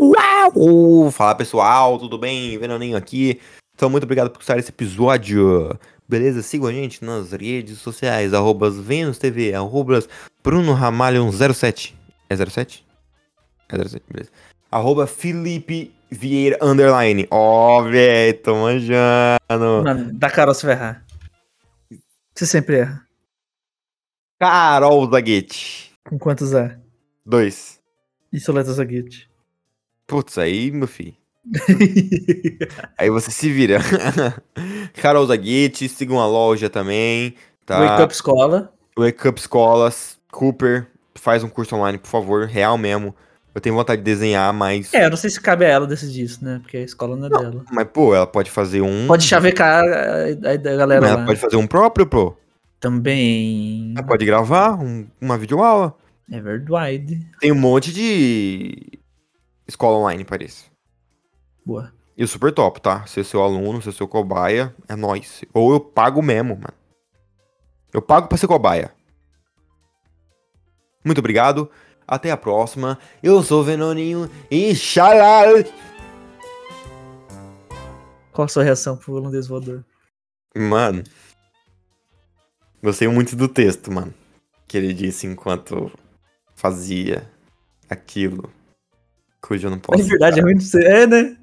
[SPEAKER 2] Uau! Fala pessoal, tudo bem? Venoninho aqui. Então, muito obrigado por escutar esse episódio. Beleza? Sigam a gente nas redes sociais, arrobas Venus TV, arrobas Bruno Ramalho 07. É 07? É 07, beleza. Arroba Felipe Vieira Underline. Ó, velho, tô manjando.
[SPEAKER 1] Mano, da Carol você vai errar. Você sempre erra.
[SPEAKER 2] Carol Zaguete.
[SPEAKER 1] Com quantos A?
[SPEAKER 2] Dois.
[SPEAKER 1] E soleta Zaguete.
[SPEAKER 2] Putz, aí, meu filho. Aí você se vira. Carol Zaguete, sigam a loja também, tá?
[SPEAKER 1] Wake Up Escola.
[SPEAKER 2] Wake Up Escolas, Cooper, faz um curso online, por favor, real mesmo. Eu tenho vontade de desenhar, mas.
[SPEAKER 1] É, eu não sei se cabe a ela decidir isso, né? Porque a escola não é dela.
[SPEAKER 2] Mas, pô, ela pode fazer um.
[SPEAKER 1] Pode né? chavecar a, a- a galera
[SPEAKER 2] Mas ela
[SPEAKER 1] lá.
[SPEAKER 2] pode fazer um próprio, pô.
[SPEAKER 1] Também.
[SPEAKER 2] Ela pode gravar um- uma videoaula.
[SPEAKER 1] É verdade.
[SPEAKER 2] Tem um monte de escola online, parece.
[SPEAKER 1] Boa.
[SPEAKER 2] E super top, tá? Ser seu aluno, ser seu cobaia, é nóis. Ou eu pago mesmo, mano. Eu pago pra ser cobaia. Muito obrigado. Até a próxima. Eu sou o Venoninho e xalá!
[SPEAKER 1] Qual a sua reação pro holandês voador?
[SPEAKER 2] Mano. Gostei muito do texto, mano. Que ele disse enquanto fazia aquilo. Cujo eu não posso.
[SPEAKER 1] é verdade, é
[SPEAKER 2] citar.
[SPEAKER 1] ruim de ser. É, né?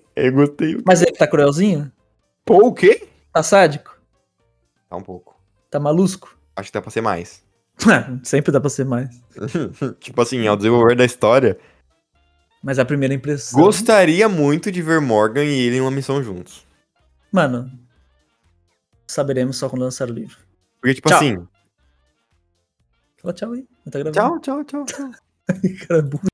[SPEAKER 2] eu gostei.
[SPEAKER 1] Mas ele tá cruelzinho?
[SPEAKER 2] Pô, o quê?
[SPEAKER 1] Tá sádico?
[SPEAKER 2] Tá um pouco.
[SPEAKER 1] Tá malusco? Ah,
[SPEAKER 2] Acho que dá pra ser mais.
[SPEAKER 1] Sempre dá pra ser mais.
[SPEAKER 2] tipo assim, ao desenvolver da história,
[SPEAKER 1] Mas é a primeira impressão.
[SPEAKER 2] gostaria muito de ver Morgan e ele em uma missão juntos.
[SPEAKER 1] Mano. Saberemos só quando lançar o livro.
[SPEAKER 2] Porque, tipo
[SPEAKER 1] Tchau.
[SPEAKER 2] assim.
[SPEAKER 1] Fala tchau aí. Não tá gravando.
[SPEAKER 2] Tchau, tchau, tchau, tchau.
[SPEAKER 1] Cara, burro.